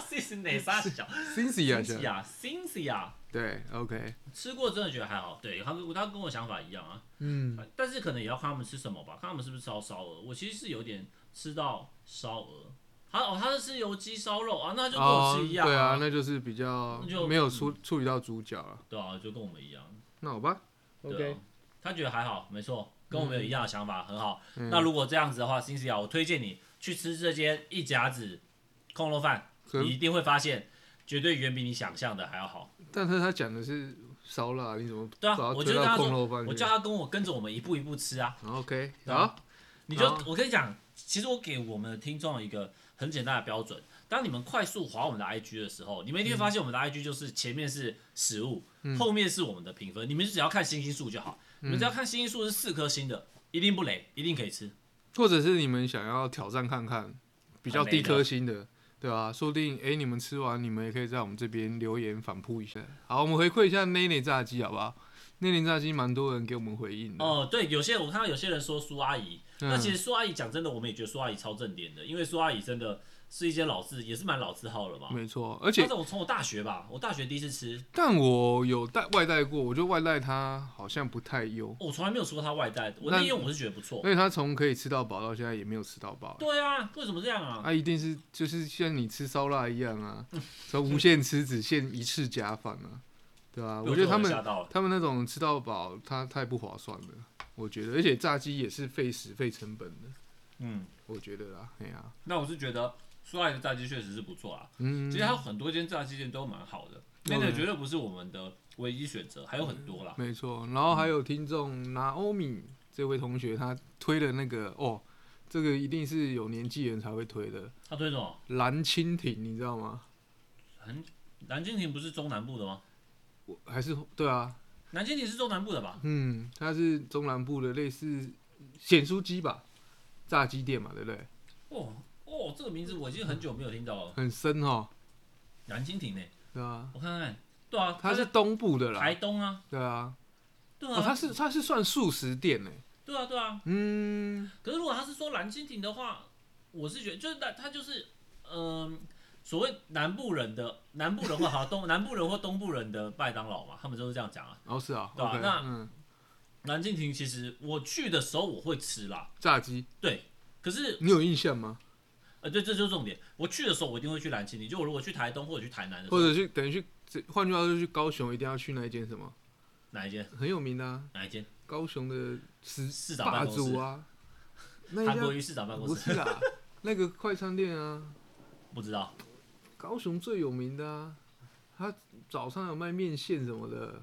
Speaker 1: c y n t h i 啥小
Speaker 2: ，Sisley 啊小姐，
Speaker 1: ，Cynthia，Cynthia，
Speaker 2: 对，OK，
Speaker 1: 吃过真的觉得还好，对，他跟他跟我想法一样啊，
Speaker 2: 嗯，
Speaker 1: 但是可能也要看他们吃什么吧，看他们是不是烧烧鹅，我其实是有点吃到烧鹅，他哦他是吃油鸡烧肉啊，那就跟我
Speaker 2: 哦，
Speaker 1: 吃一样
Speaker 2: 对啊，，那就是比较
Speaker 1: 那就嗯
Speaker 2: 没有处处理到主角了，
Speaker 1: 对啊，就跟我们一样
Speaker 2: 那好吧
Speaker 1: 对啊
Speaker 2: ，OK，，
Speaker 1: 他觉得还好，没错，跟我们有一样的想法，很好。
Speaker 2: 嗯
Speaker 1: 那如果这样子的话，Cynthia，我推荐你去吃这间一甲子空肉饭。
Speaker 2: 可
Speaker 1: 你一定会发现，绝对远比你想象的还要好。
Speaker 2: 但是他讲的是烧腊，你怎么
Speaker 1: 对啊
Speaker 2: 把它
Speaker 1: 我
Speaker 2: 推
Speaker 1: 就跟
Speaker 2: 到
Speaker 1: 他
Speaker 2: 空
Speaker 1: 说
Speaker 2: 肉饭
Speaker 1: 我
Speaker 2: 去
Speaker 1: 叫他跟我跟着我们一步一步吃啊，
Speaker 2: 好？OK，
Speaker 1: 对啊
Speaker 2: 好，
Speaker 1: 你就
Speaker 2: 好
Speaker 1: 我跟你讲，其实我给我们的听众一个很简单的标准，当你们快速划我们的 IG 的时候，你们一定会发现我们的 IG 就是前面是食物，
Speaker 2: 嗯
Speaker 1: 后面是我们的评分，你们只要看星星数就好，你们只要看星星数是四颗星的，一定不雷，一定可以吃。
Speaker 2: 或者是你们想要挑战看看比较
Speaker 1: 很雷
Speaker 2: 低
Speaker 1: 的
Speaker 2: 颗星的。对啊，说不定哎，你们吃完，你们也可以在我们这边留言反扑一下。好，我们回馈一下内内炸鸡，好不好？内内炸鸡蛮多人给我们回应的。
Speaker 1: 哦、对，有些我看到有些人说苏阿姨，
Speaker 2: 嗯
Speaker 1: 那其实苏阿姨讲真的，我们也觉得苏阿姨超正点的，因为苏阿姨真的是一些老字，也是蛮老字号了吧。
Speaker 2: 没错，而
Speaker 1: 他
Speaker 2: 且
Speaker 1: 在我从我大学吧，我大学第一次吃，
Speaker 2: 但我有带外带过，我觉得外带它好像不太优，
Speaker 1: 我从来没有说他外带，我
Speaker 2: 那
Speaker 1: 那天我是觉得不错。
Speaker 2: 而且它从可以吃到饱到现在也没有吃到饱，
Speaker 1: 对啊，为什么这样啊？嗯
Speaker 2: 它一定是就是像你吃烧腊一样啊，从无限吃只限一次加饭啊，对啊，
Speaker 1: 被
Speaker 2: 我觉得他们
Speaker 1: 吓到了。
Speaker 2: 他们那种吃到饱，它太不划算了，我觉得，而且炸鸡也是费时费成本的，
Speaker 1: 嗯，
Speaker 2: 我觉得啦，哎呀、
Speaker 1: 那我是觉得苏阿姨的炸鸡确实是不错啊。
Speaker 2: 嗯
Speaker 1: 其，实还有很多间炸鸡店都蛮好的，那个绝对不是我们的唯一选择，还有很多啦。
Speaker 2: 没错。然后还有听众拿欧米这位同学，他推的那个哦，这个一定是有年纪人才会推的。
Speaker 1: 他推什么？
Speaker 2: 蓝蜻蜓，你知道吗？
Speaker 1: 南南京亭不是中南部的吗？
Speaker 2: 我还是对啊，
Speaker 1: 南京亭是中南部的吧？
Speaker 2: 嗯，它是中南部的类似显酥鸡吧，炸鸡店嘛，对不对？
Speaker 1: 哦哦，这个名字我已经很久没有听到了。
Speaker 2: 很深哦，
Speaker 1: 南京亭呢？
Speaker 2: 对啊，
Speaker 1: 我看看，对啊，
Speaker 2: 它
Speaker 1: 它
Speaker 2: 是
Speaker 1: 在
Speaker 2: 东部的
Speaker 1: 台
Speaker 2: 啦，
Speaker 1: 东啊，
Speaker 2: 对啊，
Speaker 1: 对
Speaker 2: 哦，它
Speaker 1: 啊，
Speaker 2: 是它是算素食店呢，
Speaker 1: 对啊，对啊。
Speaker 2: 嗯，
Speaker 1: 可是如果他是说蓝蜻蜓的话，我是觉得就是他他就是嗯、所谓南部人的南部人或 好东南部人或东部人的麦当劳嘛，他们都是这样讲啊。
Speaker 2: 哦是啊
Speaker 1: 对啊
Speaker 2: ，OK，
Speaker 1: 那
Speaker 2: 嗯，
Speaker 1: 蓝蜻蜓其实我去的时候我会吃啦，
Speaker 2: 炸鸡，
Speaker 1: 对。可是
Speaker 2: 你有印象吗？
Speaker 1: 呃，对，这就是重点。我去的时候我一定会去蓝蜻蜓，就我如果去台东或者去台南的时
Speaker 2: 或
Speaker 1: 候，
Speaker 2: 者去等于去，这换句话说，去高雄一定要去那一间什么
Speaker 1: 哪一间
Speaker 2: 很有名的、啊、
Speaker 1: 哪一间
Speaker 2: 高雄的十
Speaker 1: 市长
Speaker 2: 霸
Speaker 1: 办公
Speaker 2: 主
Speaker 1: 室，
Speaker 2: 啊，那一
Speaker 1: 韩
Speaker 2: 家
Speaker 1: 国瑜市长办公
Speaker 2: 不
Speaker 1: 室，
Speaker 2: 是啦，那个快餐店啊，
Speaker 1: 不知道
Speaker 2: 高雄最有名的啊，他早上有卖面线什么的。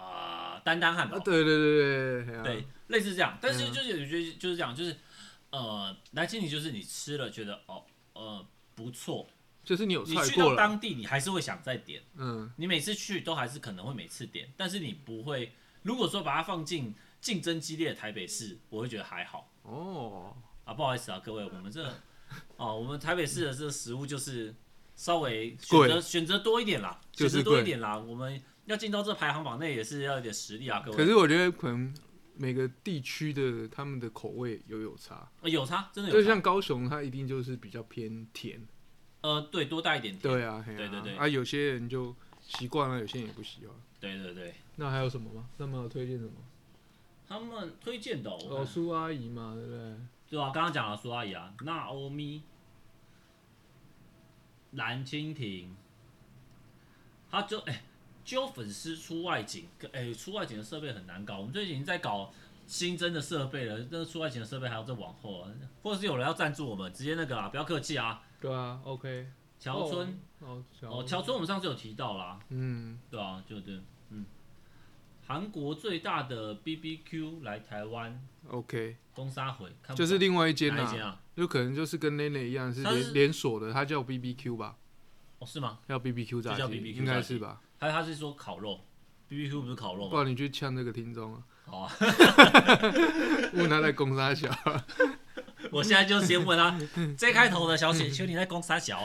Speaker 1: 啊、丹丹汉堡
Speaker 2: 啊，。对对对对，嘿啊
Speaker 1: 对，类似这样。但
Speaker 2: 嗯
Speaker 1: 呃是就是我觉得就是这样，就是呃，南青你就是你吃了觉得哦，呃，不错，
Speaker 2: 就是你有
Speaker 1: 你
Speaker 2: 踹
Speaker 1: 去
Speaker 2: 过
Speaker 1: 到
Speaker 2: 了，
Speaker 1: 当地你还是会想再点，
Speaker 2: 嗯，
Speaker 1: 你每次去都还是可能会每次点，但是你不会，如果说把它放进竞争激烈的台北市，我会觉得还好
Speaker 2: 哦，
Speaker 1: 啊，不好意思啊，各位，我们这哦，我们台北市的这个食物就是稍微选
Speaker 2: 贵
Speaker 1: 择选择多一点啦，
Speaker 2: 就
Speaker 1: 选
Speaker 2: 是
Speaker 1: 择多
Speaker 2: 贵
Speaker 1: 一点啦，我们要进到这排行榜内也是要一点实力啊，各位。
Speaker 2: 可是我觉得可能每个地区的他们的口味有有差，
Speaker 1: 呃有差，真的有差。
Speaker 2: 就像高雄，它一定就是比较偏甜，
Speaker 1: 呃，对，多带一点甜。
Speaker 2: 对啊，嘿啊
Speaker 1: 对对对
Speaker 2: 啊，有些人就习惯了，有些人也不喜欢。
Speaker 1: 对对对，
Speaker 2: 那还有什么吗？那么有推荐什么？
Speaker 1: 他们推荐的、哦，我
Speaker 2: 哦，
Speaker 1: 看
Speaker 2: 苏阿姨嘛，对不对？
Speaker 1: 对啊，刚刚讲了苏阿姨啊，那欧咪、蓝蜻蜓，他就哎揪粉丝出外景，跟哎出外景的设备很难搞，我们最近已经在搞新增的设备了，那出外景的设备还要再往后、啊，或者是有人要赞助我们，直接那个啊，不要客气啊，
Speaker 2: 对啊，OK。
Speaker 1: 乔村
Speaker 2: 哦，乔
Speaker 1: 哦，乔村我们上次有提到啦，
Speaker 2: 嗯，
Speaker 1: 对啊，就对，嗯，韩国最大的 BBQ 来台湾
Speaker 2: OK，
Speaker 1: 攻沙回，看不
Speaker 2: 就是
Speaker 1: 懂
Speaker 2: 另外一间
Speaker 1: 哪
Speaker 2: 啦、
Speaker 1: 一间啊？
Speaker 2: 就可能就是跟 n e n e 一样是
Speaker 1: 它是
Speaker 2: 连连锁的，它叫 BBQ 吧，
Speaker 1: 哦，是吗？
Speaker 2: 叫 BBQ 炸
Speaker 1: 就叫
Speaker 2: 鸡，
Speaker 1: BBQ
Speaker 2: 应该是吧？
Speaker 1: 他他是说烤肉，BBQ 不是烤肉
Speaker 2: 不
Speaker 1: 吗？
Speaker 2: 然你去呛这个听众啊，
Speaker 1: 好啊，
Speaker 2: 问他在攻沙小，
Speaker 1: 我现在就先问他 J 开头的小姐，请问你在攻啥小？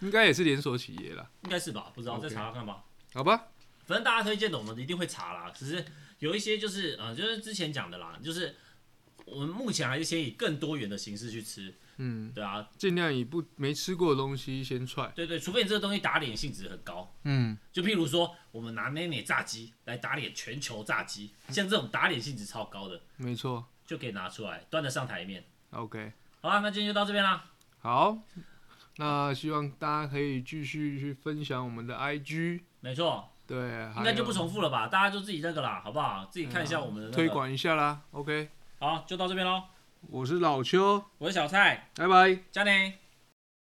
Speaker 2: 应该也是连锁企业啦，
Speaker 1: 应该是吧？不知道，
Speaker 2: OK
Speaker 1: 再查查看吧。
Speaker 2: 好吧？
Speaker 1: 反正大家推荐的，我们一定会查啦。只是有一些就是呃，就是之前讲的啦，就是我们目前还是先以更多元的形式去吃，
Speaker 2: 嗯，
Speaker 1: 对啊，
Speaker 2: 尽量以不没吃过的东西先踹，
Speaker 1: 对对，除非你这个东西打脸性质很高，
Speaker 2: 嗯，
Speaker 1: 就譬如说，我们拿内内炸鸡来打脸全球炸鸡，像这种打脸性质超高的，
Speaker 2: 没错
Speaker 1: 就可以拿出来端得上台面。
Speaker 2: ，OK，
Speaker 1: 好啦，那今天就到这边啦。
Speaker 2: 好，那希望大家可以继续去分享我们的 IG，
Speaker 1: 没错，
Speaker 2: 对，
Speaker 1: 应
Speaker 2: 还
Speaker 1: 该就
Speaker 2: 有嗯
Speaker 1: 不重复了吧？大家就自己那个啦，好不好？自己看一下我们的、那个
Speaker 2: 推。广一下啦，OK，
Speaker 1: 好，就到这边喽。
Speaker 2: 我是老邱，
Speaker 1: 我是小蔡，
Speaker 2: 拜拜。
Speaker 1: 加内。